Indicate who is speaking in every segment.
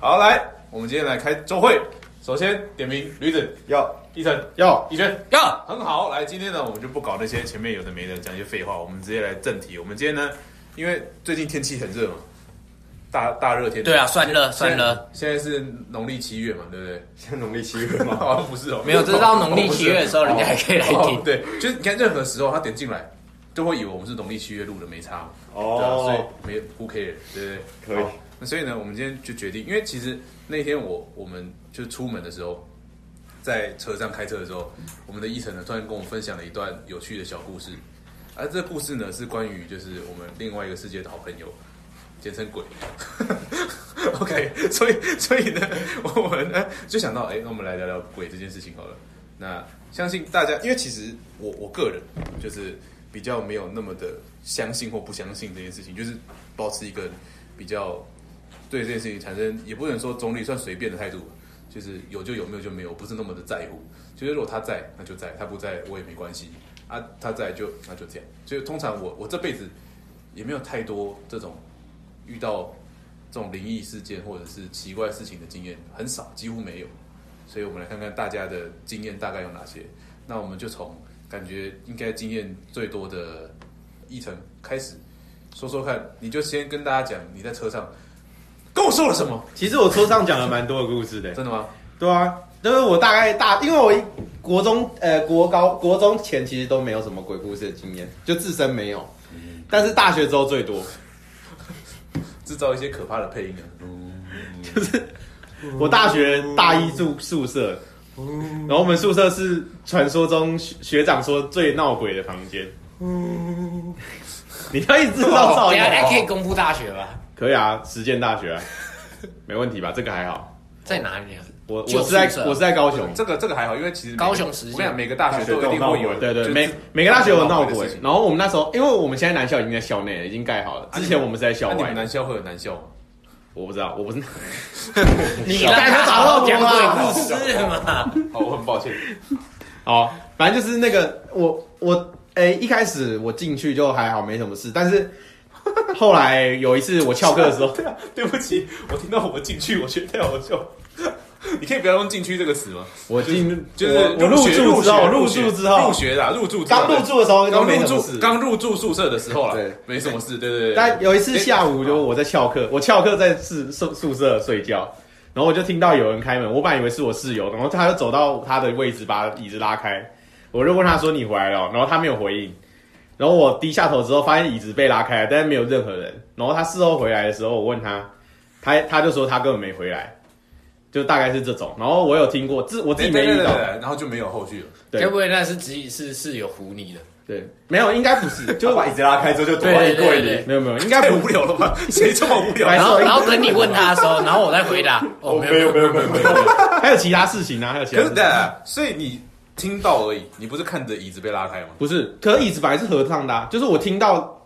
Speaker 1: 好，来，我们今天来开周会。首先点名驴子、
Speaker 2: 要
Speaker 1: 一晨、
Speaker 2: 要
Speaker 1: 一轩，
Speaker 3: 要
Speaker 1: 很好。来，今天呢，我们就不搞那些前面有的没的讲一些废话，我们直接来正题。我们今天呢，因为最近天气很热嘛，大大热天。
Speaker 3: 对啊，算热算热，
Speaker 1: 现在。现在是农历七月嘛，对不对？
Speaker 2: 像农历七 月嘛，
Speaker 1: 好像不是哦，
Speaker 3: 没有，这是到农历七月的时候，人家还可以来
Speaker 1: 哦
Speaker 3: 听。
Speaker 1: 对，就是你看任何时候他点进来，就会以为我们是农历七月录的，没差嘛。对啊，所
Speaker 2: 哦，
Speaker 1: 以没 who care，对不对？
Speaker 2: 可以
Speaker 1: 好。那所以呢，我们今天就决定，因为其实那天我我们就出门的时候，在车上开车的时候，
Speaker 2: 嗯
Speaker 1: 我们的伊晨呢突然跟我分享了一段有趣的小故事，而、这故事呢是关于就是我们另外一个世界的好朋友，简称鬼。OK，所以所以呢，我们呢就想到，哎、那我们来聊聊鬼这件事情好了。那相信大家，因为其实我我个人就是比较没有那么的相信或不相信这件事情，就是保持一个比较对这件事情产生也不能说中立，算随便的态度，就是有就有，没有就没有，不是那么的在乎。就是如果他在，那就在；他不在，我也没关系啊。他在就那就这样。就是通常我我这辈子也没有太多这种遇到这种灵异事件或者是奇怪事情的经验，很少，几乎没有。所以我们来看看大家的经验大概有哪些。那我们就从感觉应该经验最多的一层开始说说看，你就先跟大家讲你在车上跟我说了什么，
Speaker 2: 其实我车上讲了蛮多的故事的，
Speaker 1: 真的吗？
Speaker 2: 对啊，因为我大概大，因为我一国中呃国高国中前其实都没有什么鬼故事的经验，就自身没有，但是大学之后最多。
Speaker 1: 制造一些可怕的配音啊，
Speaker 2: 嗯我大学大一住宿舍，然后我们宿舍是传说中学学长说最闹鬼的房间。你可以制造噪
Speaker 3: 嗯哦等一
Speaker 2: 音好
Speaker 3: 下，还
Speaker 2: 不
Speaker 3: 可以
Speaker 2: 好，
Speaker 3: 公布大学吧？
Speaker 2: 可以啊，实践大学啊，没问题吧？这个还好。
Speaker 3: 在哪里啊？
Speaker 2: 我
Speaker 3: 旧
Speaker 2: 我是在
Speaker 3: 宿舍
Speaker 2: 我是在高雄，
Speaker 1: 这个这个还好，因为其实每个
Speaker 3: 高雄时间
Speaker 1: 我跟你讲，每个大学都一定会有，
Speaker 2: 对对，
Speaker 1: 就是
Speaker 2: 每每个大学有闹
Speaker 1: 闹鬼
Speaker 2: 鬼
Speaker 1: 的事。情
Speaker 2: 然后我们那时候，因为我们现在南校已经在校内了，已经盖好了。之前我们是在校
Speaker 1: 那你
Speaker 2: 外
Speaker 1: 们，南校会有南校吗？
Speaker 2: 我不知道，我不是
Speaker 3: 你
Speaker 2: 让他好好
Speaker 3: 讲
Speaker 2: 讲
Speaker 3: 鬼
Speaker 2: 鬼
Speaker 3: 故
Speaker 2: 故
Speaker 3: 事嘛？
Speaker 1: 好，我很抱歉，
Speaker 2: 哦，反正就是那个我我诶、一开始我进去就还好，没什么事。但是后来有一次我翘课的时候，
Speaker 1: 对啊，对不起，我听到我进去，我觉得太好笑。 你可以不要用“进去”这个词吗？
Speaker 2: 我进
Speaker 1: 就是
Speaker 2: 我我入住之后，入
Speaker 1: 学
Speaker 2: 住之
Speaker 1: 入
Speaker 2: 后，
Speaker 1: 学啦，入住之后
Speaker 2: 刚入住的时候都
Speaker 1: 刚
Speaker 2: 没
Speaker 1: 入
Speaker 2: 什么
Speaker 1: 住
Speaker 2: 事。
Speaker 1: 刚入住宿舍的时候啦
Speaker 2: 对，
Speaker 1: 没什么事，对对对。
Speaker 2: 但有一次下午，
Speaker 1: 哎
Speaker 2: 就我在翘课，我翘课在宿宿宿舍睡觉，然后我就听到有人开门，我本来以为是我室友，然后他就走到他的位置，把椅子拉开，我就问他说：“你回来了哦？”然后他没有回应，然后我低下头之后，发现椅子被拉开了，但是没有任何人。然后他事后回来的时候，我问他，他他就说他根本没回来，就大概是这种。然后我有听过，自我自己没遇
Speaker 1: 哎对对
Speaker 2: 到
Speaker 1: 对，对然后就没有后续了。
Speaker 2: 对
Speaker 3: 该不会那是只是室友唬你的？
Speaker 2: 对，没有，应该不是，就
Speaker 4: 把椅子拉开之后就躲在衣
Speaker 3: 对
Speaker 4: 柜
Speaker 3: 对对
Speaker 4: 里。
Speaker 2: 没有没有，应该
Speaker 1: 太
Speaker 2: 不
Speaker 1: 无聊了 吧？谁这么无聊？啊
Speaker 2: 白
Speaker 3: 然
Speaker 2: 色
Speaker 3: 后然后等你问他的时候，然后我再回答。哦，没有没有没有没有。
Speaker 2: 还有其他事情啊，还有其
Speaker 1: 可
Speaker 2: 他
Speaker 1: 是
Speaker 2: 事情。
Speaker 1: 对啊，所以你听到而已，你不是看着椅子被拉开吗？
Speaker 2: 不是，可是椅子本来是合上的、啊，就是我听到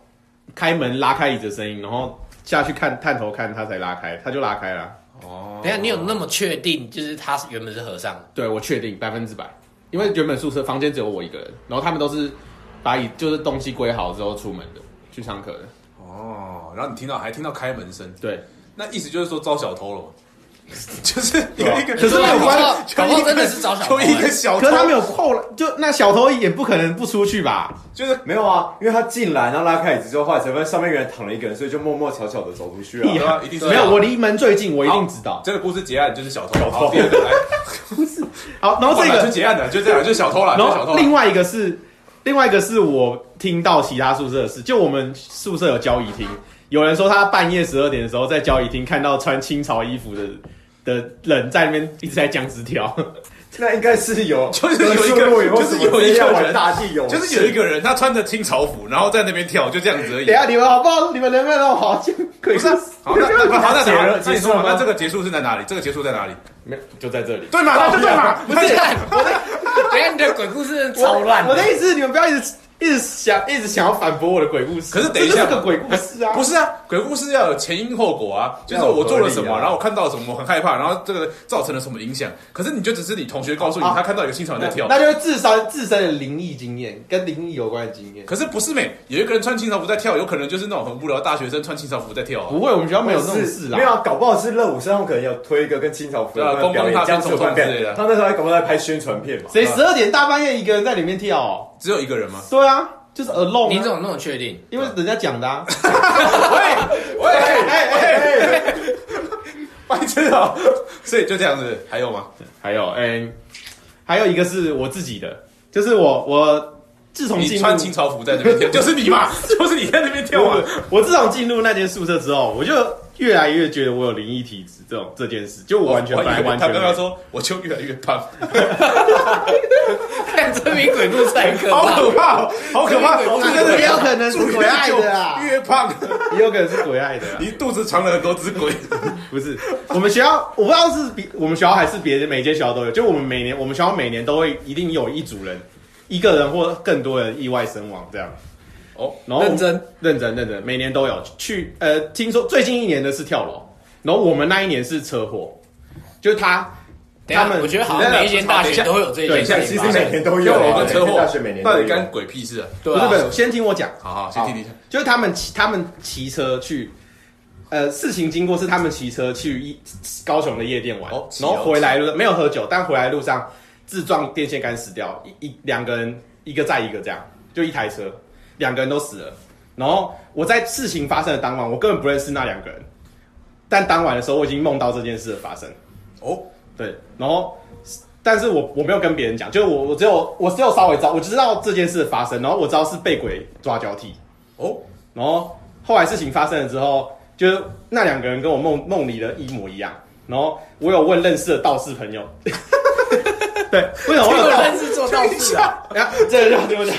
Speaker 2: 开门拉开椅子的声音，然后下去看探头看他才拉开，他就拉开了。
Speaker 1: 哦
Speaker 3: 等一下，你有那么确定就是他原本是和尚？
Speaker 2: 对我确定百分之百，因为原本宿舍房间只有我一个人，然后他们都是把椅就是东西归好之后出门的，去上课的。
Speaker 1: 哦，然后你听到还听到开门声，
Speaker 2: 对，
Speaker 1: 那意思就是说招小偷了嘛？ 就是有一个，
Speaker 2: 啊可是没有关
Speaker 3: 到搞不好真的是招小偷
Speaker 1: 有一个小
Speaker 2: 哎可
Speaker 1: 偷，
Speaker 2: 是他没有后来，就那小偷也不可能不出去吧？
Speaker 1: 就是
Speaker 4: 没有啊，因为他进来，然后拉开椅子之后，后来才发现上面一个人躺了一个人，所以就默默悄悄的走出去
Speaker 1: 对
Speaker 4: 了。
Speaker 1: 啊，一定是
Speaker 2: 没
Speaker 1: 这
Speaker 2: 有，
Speaker 1: 样
Speaker 2: 我离门最近，我一定知道。
Speaker 1: 这个故事结案就是小偷。
Speaker 4: 小偷
Speaker 1: 好，第二 个来，
Speaker 2: 好，然后哦这
Speaker 1: 好啦
Speaker 2: 个
Speaker 1: 就结案了，就这样，就是小偷了，就
Speaker 2: 然
Speaker 1: 是小偷
Speaker 2: 后
Speaker 1: 啦。
Speaker 2: 另外一个是，另外一个是我听到其他宿舍的事，就我们宿舍有交易厅，有人说他半夜十二点的时候在交易厅看到穿清朝衣服的的人在那边一直在僵直跳，
Speaker 4: 那应该是有，
Speaker 1: 就是有一个就是有一个人
Speaker 4: 大地有，
Speaker 1: 就是有一个人，他穿着清朝服，然后在那边跳，就这样子而已
Speaker 2: 等一。下你们好不好？你们能不能让我好好讲？可以
Speaker 1: 不是啊，好，那那好，那
Speaker 2: 结
Speaker 1: 那那
Speaker 2: 了
Speaker 1: 你
Speaker 2: 结束
Speaker 1: 说
Speaker 2: 了
Speaker 1: 嘛，
Speaker 2: 吗
Speaker 1: 那这个结束是在哪里？这个结束在哪里？啊
Speaker 2: 没有就在这里。
Speaker 1: 对嘛，那就对嘛，
Speaker 3: 不是，我的，等一下你的鬼故事真的超
Speaker 2: 我
Speaker 3: 乱
Speaker 2: 我的
Speaker 3: 的。
Speaker 2: 意思，你们不要一直一直想一直想要反驳我的鬼故事。
Speaker 1: 可是等一下
Speaker 2: 这就是个鬼故事啊，
Speaker 1: 不是啊，鬼故事要有前因后果啊，就是
Speaker 4: 要有
Speaker 1: 我做了什
Speaker 4: 合
Speaker 1: 么，
Speaker 4: 理啊
Speaker 1: 然后我看到了什么，我很害怕，然后这个造成了什么影响。可是你就只是你同学告诉你，
Speaker 2: 啊
Speaker 1: 他看到有个新潮人在跳，
Speaker 2: 那就是自身自身的灵异经验，跟灵异有关的经验。
Speaker 1: 可是不是每有一个人穿清朝服在跳，有可能就是那种很无聊的大学生穿清朝服在跳、啊。
Speaker 2: 不会，我们学校没有那种事啦。
Speaker 4: 没有啊，搞不好是热舞社他们可能有推一个跟清朝服有关的表
Speaker 1: 对啊
Speaker 4: 演，这样子有关表
Speaker 1: 公公大
Speaker 4: 演。他们那时候还搞不好在拍宣传片嘛？
Speaker 2: 谁十二点大半夜一个人在里面跳、哦？
Speaker 1: 只有一个人吗？
Speaker 2: 对啊，就是 alone 啊、
Speaker 3: 你怎么那么确定？
Speaker 2: 因为人家讲的、 啊。哎
Speaker 1: 喂喂喂， 白痴哦！ 所以就这样子，还有吗？
Speaker 2: 还有，哎、还有一个是我自己的，就是我我自从
Speaker 1: 你
Speaker 2: 进入
Speaker 1: 穿清朝服在那 边跳，就是你嘛，就是你在那边跳
Speaker 2: 我
Speaker 1: 啊！
Speaker 2: 我自从进入那间宿舍之后，我就越来越觉得我有灵异体质这种这件事，就我完全本来完全
Speaker 1: 他
Speaker 2: 没
Speaker 1: 刚刚
Speaker 2: 有。
Speaker 1: 说，我就越来越胖，
Speaker 3: 看这比鬼故事还可
Speaker 1: 好
Speaker 3: 怕。
Speaker 1: 可怕哦，好可怕！
Speaker 2: 我
Speaker 1: 真的
Speaker 2: 也有可能 是鬼爱的啦
Speaker 1: 越胖，
Speaker 2: 也有可能是鬼爱的啦，啊
Speaker 1: 你肚子藏了很多只鬼。
Speaker 2: 不是我们学校，我不知道是比我们学校还是别的每间学校都有，就我们每年我们学校每年都会一定有一组人，一个人或更多人意外身亡这样。
Speaker 1: 哦，
Speaker 2: 然后我们
Speaker 3: 认真
Speaker 2: 认真认真，每年都有去呃，听说最近一年的是跳楼，然后我们那一年是车祸，就是他
Speaker 3: 等一下
Speaker 2: 他们
Speaker 3: 我觉得好像每一间大学都有这一件
Speaker 2: 等
Speaker 3: 事
Speaker 4: 其
Speaker 3: 情
Speaker 4: 实
Speaker 3: 发
Speaker 4: 每
Speaker 3: 生。
Speaker 4: 年都有
Speaker 1: 又
Speaker 4: 啊，
Speaker 1: 有一个车祸
Speaker 4: 每天大学每，年都
Speaker 1: 到底
Speaker 4: 有。
Speaker 1: 干鬼屁事啊？
Speaker 3: 对
Speaker 2: 不是
Speaker 3: 啊
Speaker 2: 不，是，先听我讲，
Speaker 1: 好好，先听你讲。
Speaker 2: 就是他们骑他们骑车去，呃，事情经过是他们骑车去一高雄的夜店玩，
Speaker 1: 哦骑
Speaker 2: 然
Speaker 1: 哦
Speaker 2: 后回来路没有喝酒，但回来路上自撞电线杆死掉，一一两个人一个载一个这样，就一台车，两个人都死了。然后我在事情发生的当晚，我根本不认识那两个人，但当晚的时候我已经梦到这件事的发生。
Speaker 1: 哦，
Speaker 2: 对，然后但是我我没有跟别人讲，就是我我只有我只有稍微知道，我知道这件事的发生，然后我知道是被鬼抓交替，
Speaker 1: 哦，
Speaker 2: 然后后来事情发生了之后，就是那两个人跟我梦梦里的一模一样。然后我有问认识的道士朋友， 对，为什么我有
Speaker 3: 有
Speaker 2: 道
Speaker 3: 人是做道士啊？
Speaker 2: 然后这个让听我讲，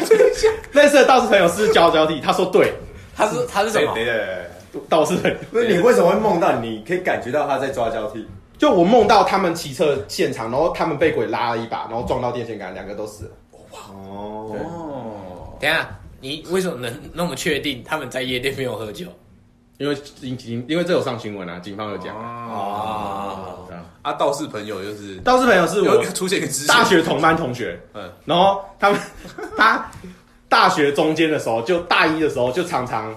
Speaker 2: 认识的道士朋友是交交替，他说对，
Speaker 3: 他是他是什
Speaker 1: 等
Speaker 3: 么？
Speaker 1: 等等，
Speaker 2: 道士朋友，
Speaker 4: 那你为什么会梦到？你可以感觉到他在抓交替，
Speaker 2: 就我梦到他们骑车现场，然后他们被鬼拉了一把，然后撞到电线杆，两个都死了。
Speaker 4: 哦，
Speaker 1: 哦，
Speaker 3: 等一下，你为什么能那么确定他们在夜店没有喝 酒？
Speaker 2: 因为警警，因为这有上新闻啊，警方有讲。
Speaker 1: 哦，
Speaker 2: 对啊
Speaker 1: 啊，道士朋友就是
Speaker 2: 道士朋友是
Speaker 1: 有
Speaker 2: 我
Speaker 1: 一个出现一个知识，
Speaker 2: 大学同班同学，
Speaker 1: 嗯，
Speaker 2: 然后他们他大学中间的时候，就大一的时候，就常常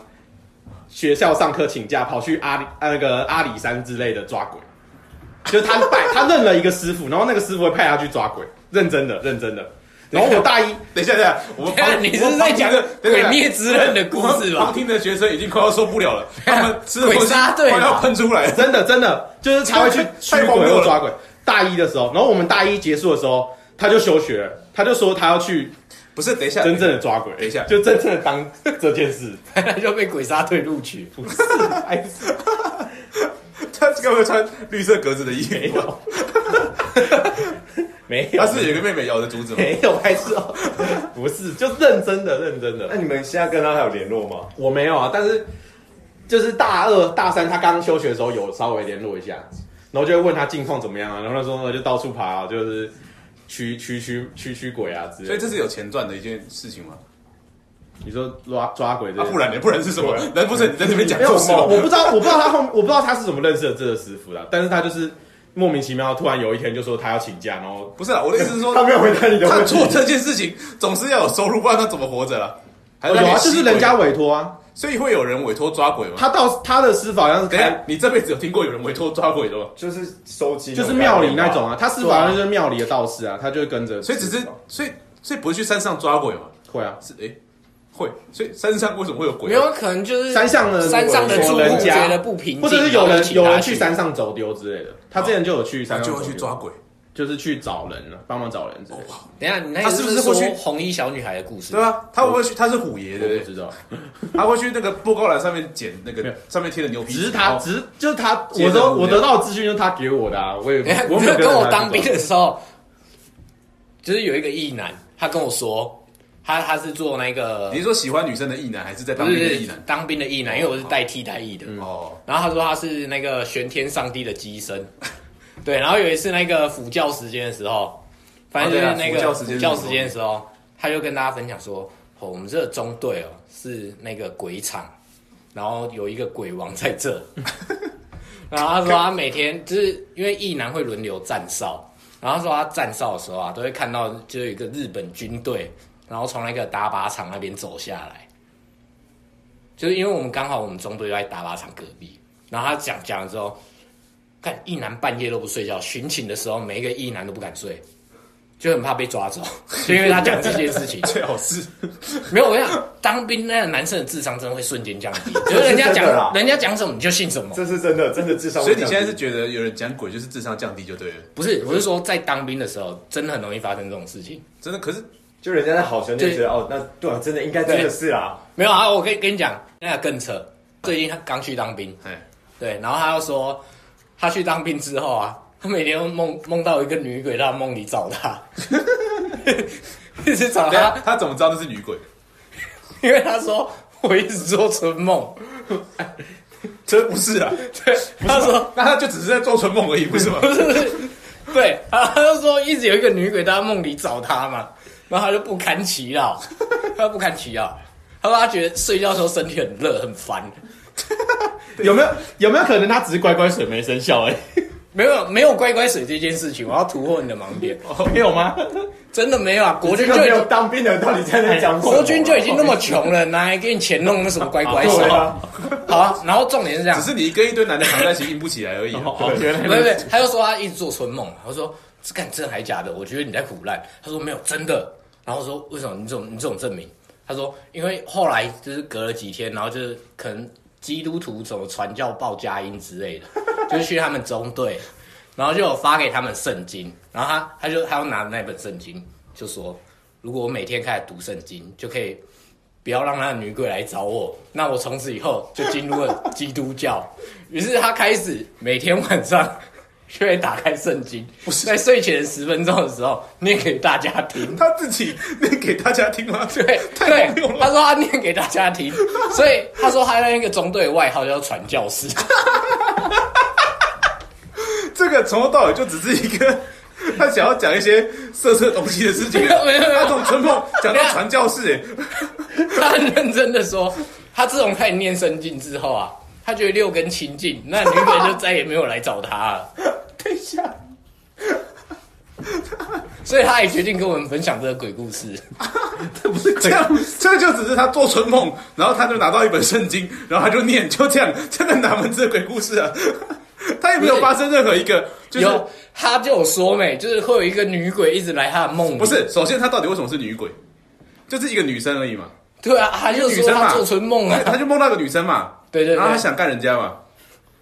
Speaker 2: 学校上课请假，跑去阿里啊那个阿里山之类的抓鬼。就是他拜他认了一个师傅，然后那个师傅会派他去抓鬼，认真的认真的。然后我大一
Speaker 1: 等一下，等一下，我们
Speaker 3: 等一下
Speaker 1: 旁
Speaker 3: 你是在讲
Speaker 1: 我们
Speaker 3: 《
Speaker 1: 旁听的
Speaker 3: 鬼灭之刃》的故事
Speaker 1: 我们
Speaker 3: 吧
Speaker 1: 旁？听的学生已经快要受不了了，他们吃的东
Speaker 3: 鬼
Speaker 1: 西
Speaker 3: 杀队
Speaker 1: 快要
Speaker 3: 嘛
Speaker 1: 喷出来了。
Speaker 2: 真的真的就是他会去
Speaker 1: 太
Speaker 2: 驱
Speaker 1: 荒
Speaker 2: 鬼
Speaker 1: 谬了
Speaker 2: 或抓鬼。大一的时候，然后我们大一结束的时候，他就休学了，他就说他要去
Speaker 1: 不是，等一下，
Speaker 2: 真正的抓鬼，
Speaker 1: 等一下
Speaker 2: 就真正的当这件事，
Speaker 3: 他就被鬼杀队录取。
Speaker 2: 不是，哎，是
Speaker 1: 他干嘛穿绿色格子的衣
Speaker 2: 没
Speaker 1: 服啊？
Speaker 2: 有， 没有，
Speaker 1: 他是有一个妹妹咬着竹子吗？
Speaker 2: 没有，还是哦，不是，就认真的，认真
Speaker 4: 那
Speaker 2: 的，
Speaker 4: 你们现在跟他还有联络吗？
Speaker 2: 我没有啊，但是就是大二、大三，他刚休学的时候有稍微联络一下，然后就会问他近况怎么样啊，然后他说呢就到处爬、啊，就是驱驱驱驱驱鬼啊之
Speaker 1: 所
Speaker 2: 类
Speaker 1: 以
Speaker 2: 的。
Speaker 1: 这是有钱赚的一件事情吗？
Speaker 2: 你说抓抓鬼这
Speaker 1: 啊，
Speaker 2: 件事
Speaker 1: 不然呢？不然是什么？难不成你在这边讲
Speaker 2: 啊没有，
Speaker 1: 故事吗
Speaker 2: 我？我不知道，我不知道他后，我不知道他是怎么认识的这个师傅的，但是他就是莫名其妙，突然有一天就说他要请假，然后
Speaker 1: 不是啊，我的意思是说，
Speaker 4: 他没有回答你的
Speaker 1: 他
Speaker 4: 问
Speaker 1: 做
Speaker 4: 题。
Speaker 1: 这件事情总是要有收入，不然他怎么活着了？还
Speaker 2: 有
Speaker 1: 哎在那
Speaker 2: 啊，
Speaker 1: 边
Speaker 2: 就
Speaker 1: 吸
Speaker 2: 是
Speaker 1: 鬼
Speaker 2: 人家，委托啊，
Speaker 1: 所以会有人委托抓鬼吗？
Speaker 2: 他到他的师傅好像是
Speaker 1: 等一
Speaker 2: 开
Speaker 1: 下，你这辈子有听过有人委托抓鬼的吗？
Speaker 4: 就是收集，
Speaker 2: 就是庙里那种啊，他师傅好像就是庙里的道士啊，他就会跟着，
Speaker 1: 所以只是，所以所以不是去山上抓鬼吗？
Speaker 2: 会啊，
Speaker 1: 是诶，会，所以山上为什么会有鬼啊
Speaker 3: 没？有，啊可能就是
Speaker 2: 山上的
Speaker 3: 山上的
Speaker 2: 有
Speaker 3: 住户
Speaker 2: 人
Speaker 3: 觉得
Speaker 2: 家。
Speaker 3: 不平静，
Speaker 2: 或者是有
Speaker 3: 然后就
Speaker 2: 人
Speaker 3: 请他
Speaker 2: 有人去山上走丢之类的，他之前就有去
Speaker 1: 他
Speaker 2: 山上
Speaker 1: 就
Speaker 2: 走
Speaker 1: 会去
Speaker 2: 丢
Speaker 1: 抓，哦鬼。
Speaker 2: 就是去找人了，帮忙找人之类的。
Speaker 3: 等一下，你那
Speaker 1: 他
Speaker 3: 个
Speaker 1: 是不是
Speaker 3: 说
Speaker 1: 过去
Speaker 3: 红衣小女孩的故事？
Speaker 1: 对 啊，他会不会去？他是虎爷，对不
Speaker 2: 我不
Speaker 1: 对？
Speaker 2: 知道，
Speaker 1: 他会去那个布告栏上面捡那
Speaker 2: 没
Speaker 1: 个
Speaker 2: 有
Speaker 1: 上面贴的牛皮
Speaker 2: 只
Speaker 1: 纸，
Speaker 2: 是他，
Speaker 1: 哦
Speaker 2: 只是就是他，
Speaker 1: 接
Speaker 2: 我
Speaker 1: 着
Speaker 2: 得
Speaker 1: 录
Speaker 2: 我
Speaker 1: 这样
Speaker 2: 得到的资讯就是他给我的啊，我也
Speaker 3: 等一下，
Speaker 2: 我没
Speaker 3: 你
Speaker 2: 有
Speaker 3: 这哎跟我
Speaker 2: 他
Speaker 3: 当兵
Speaker 2: 去
Speaker 3: 的时候，就是有一个异男，他跟我说，他他是做那个
Speaker 1: 你是说喜欢女生的异男，还是在
Speaker 3: 不
Speaker 1: 当兵的
Speaker 3: 是
Speaker 1: 异男？
Speaker 3: 当兵的异男，因为我是带替代役的。
Speaker 2: 嗯
Speaker 1: 哦，
Speaker 3: 然后他说他是那个玄天上帝的机身， 对。然后有一次那个辅教时间的时候，反正就是那
Speaker 1: 哦对啊
Speaker 3: 个
Speaker 1: 辅教时间是
Speaker 3: 辅教时间的时候，他就跟大家分享说，哦，我们这个中队哦是那个鬼厂，然后有一个鬼王在 这，然后他说他每天就是因为役男会轮流站哨，然后他说他站哨的时候啊，都会看到就有一个日本军队，然后从那个打靶场那边走下来，就是因为我们刚好我们中队就在打靶场隔壁，然后他讲讲了之后，看役男半夜都不睡觉，巡寝的时候每一个役男都不敢睡。就很怕被抓 走，就因为他讲这件事情，
Speaker 1: 最好 是
Speaker 3: 没有，我想当兵那个男生的智商真的会瞬间降 低，就是人家
Speaker 4: 这是真的啦
Speaker 3: 讲人家讲什么你就信什么。
Speaker 4: 这是真的，真的智商
Speaker 1: 所
Speaker 4: 会
Speaker 1: 以你
Speaker 4: 降低。
Speaker 1: 现在是觉得有人讲鬼就是智商降低就对了，
Speaker 3: 不是，我是说在当兵的时候，真的很容易发生这种事情。
Speaker 1: 真的。可是
Speaker 4: 就人家在好神就觉得哦，那对啊，真的应该真的是啦。
Speaker 3: 没有啊，我跟跟你讲，那个更扯。最近他刚去当兵，
Speaker 1: 哎，
Speaker 3: 对，然后他又说他去当兵之后啊，他每天都梦梦到一个女鬼在他梦里找他， 一直找
Speaker 1: 对啊
Speaker 3: 他，，
Speaker 1: 他怎么知道那是女鬼？
Speaker 3: 因为他说我一直做春梦，
Speaker 1: 真不是啊，
Speaker 3: 对， 他说
Speaker 1: 那他就只是在做春梦而已，不是吗？
Speaker 3: 对，然后他就说一直有一个女鬼在他梦里找他嘛，然后他就不堪其扰，他不堪其扰，他说他觉得睡觉的时候身体很热很烦，
Speaker 2: 有没有有没有可能他只是乖乖水没生效而已？
Speaker 3: 没有没有乖乖水这件事情，我要突破你的盲点，
Speaker 2: 没有吗？
Speaker 3: 真的没有啊，国
Speaker 4: 这
Speaker 3: 军
Speaker 4: 个
Speaker 3: 就已
Speaker 4: 没有
Speaker 3: 经哎
Speaker 4: 当兵的到底在那
Speaker 2: 啊
Speaker 4: 讲什么？
Speaker 3: 国军就已经那么穷 了，哪还给你钱弄那什么乖乖水
Speaker 4: 对？啊，
Speaker 3: 好啊，然后重点是这样
Speaker 1: 只，是你跟一堆男的躺在一起硬不起来而已啊、
Speaker 2: 哦，原来
Speaker 3: 不是不是，他就说他一直做春梦，他说这干真的还假的？我觉得你在胡乱。他说没有，真的。然后我说为什么你这种你这种证明？他说因为后来就是隔了几天，然后就是可能基督徒什么传教报佳音之 类的，就是去他们中队，然后就有发给他们圣经，然后他他就他就拿着那本圣经就说，如果我每天开始读圣经，就可以不要让那个女鬼来找我，那我从此以后就进入了基 督教。于是他开始每天晚上就会打开圣经，不是在睡前十分钟的时候念给大家 听。
Speaker 1: 他自己念给大家听吗？
Speaker 3: 对
Speaker 1: 太
Speaker 3: 对
Speaker 1: 荒谬，
Speaker 3: 他
Speaker 1: 了。
Speaker 3: 说他念给大家听，所以他说他那个中队的外号叫传教士。
Speaker 1: 这个从头到尾就只是一个他想要讲一些色色东西的事情、啊。
Speaker 3: 没有没有没有
Speaker 1: 他从春梦讲到传教士、哎，
Speaker 3: 他很认真的说，他自从开始念圣经之后啊，他觉得六根清净，那女鬼就再也没有来找他了。
Speaker 1: 等一下，
Speaker 3: 所以他也决定跟我们分享这个鬼故事。
Speaker 2: 这不是
Speaker 1: 这样 这就只是他做春梦，然后他就拿到一本圣经，然后他就念，就这样，真的哪门子的鬼故事啊？ 他也没有发生任何一个， 就是
Speaker 3: 有，他就有说没，就是会有一个女鬼一直来他的梦里。
Speaker 1: 不是？首先，他到底为什么是女鬼？就是一个女生而已嘛，
Speaker 3: 对啊，他就
Speaker 1: 女
Speaker 3: 说
Speaker 1: 生
Speaker 3: 他
Speaker 1: 嘛
Speaker 3: 做春梦啊，
Speaker 1: 他就梦到个女生嘛，
Speaker 3: 对对对
Speaker 1: 然后他想干人家嘛，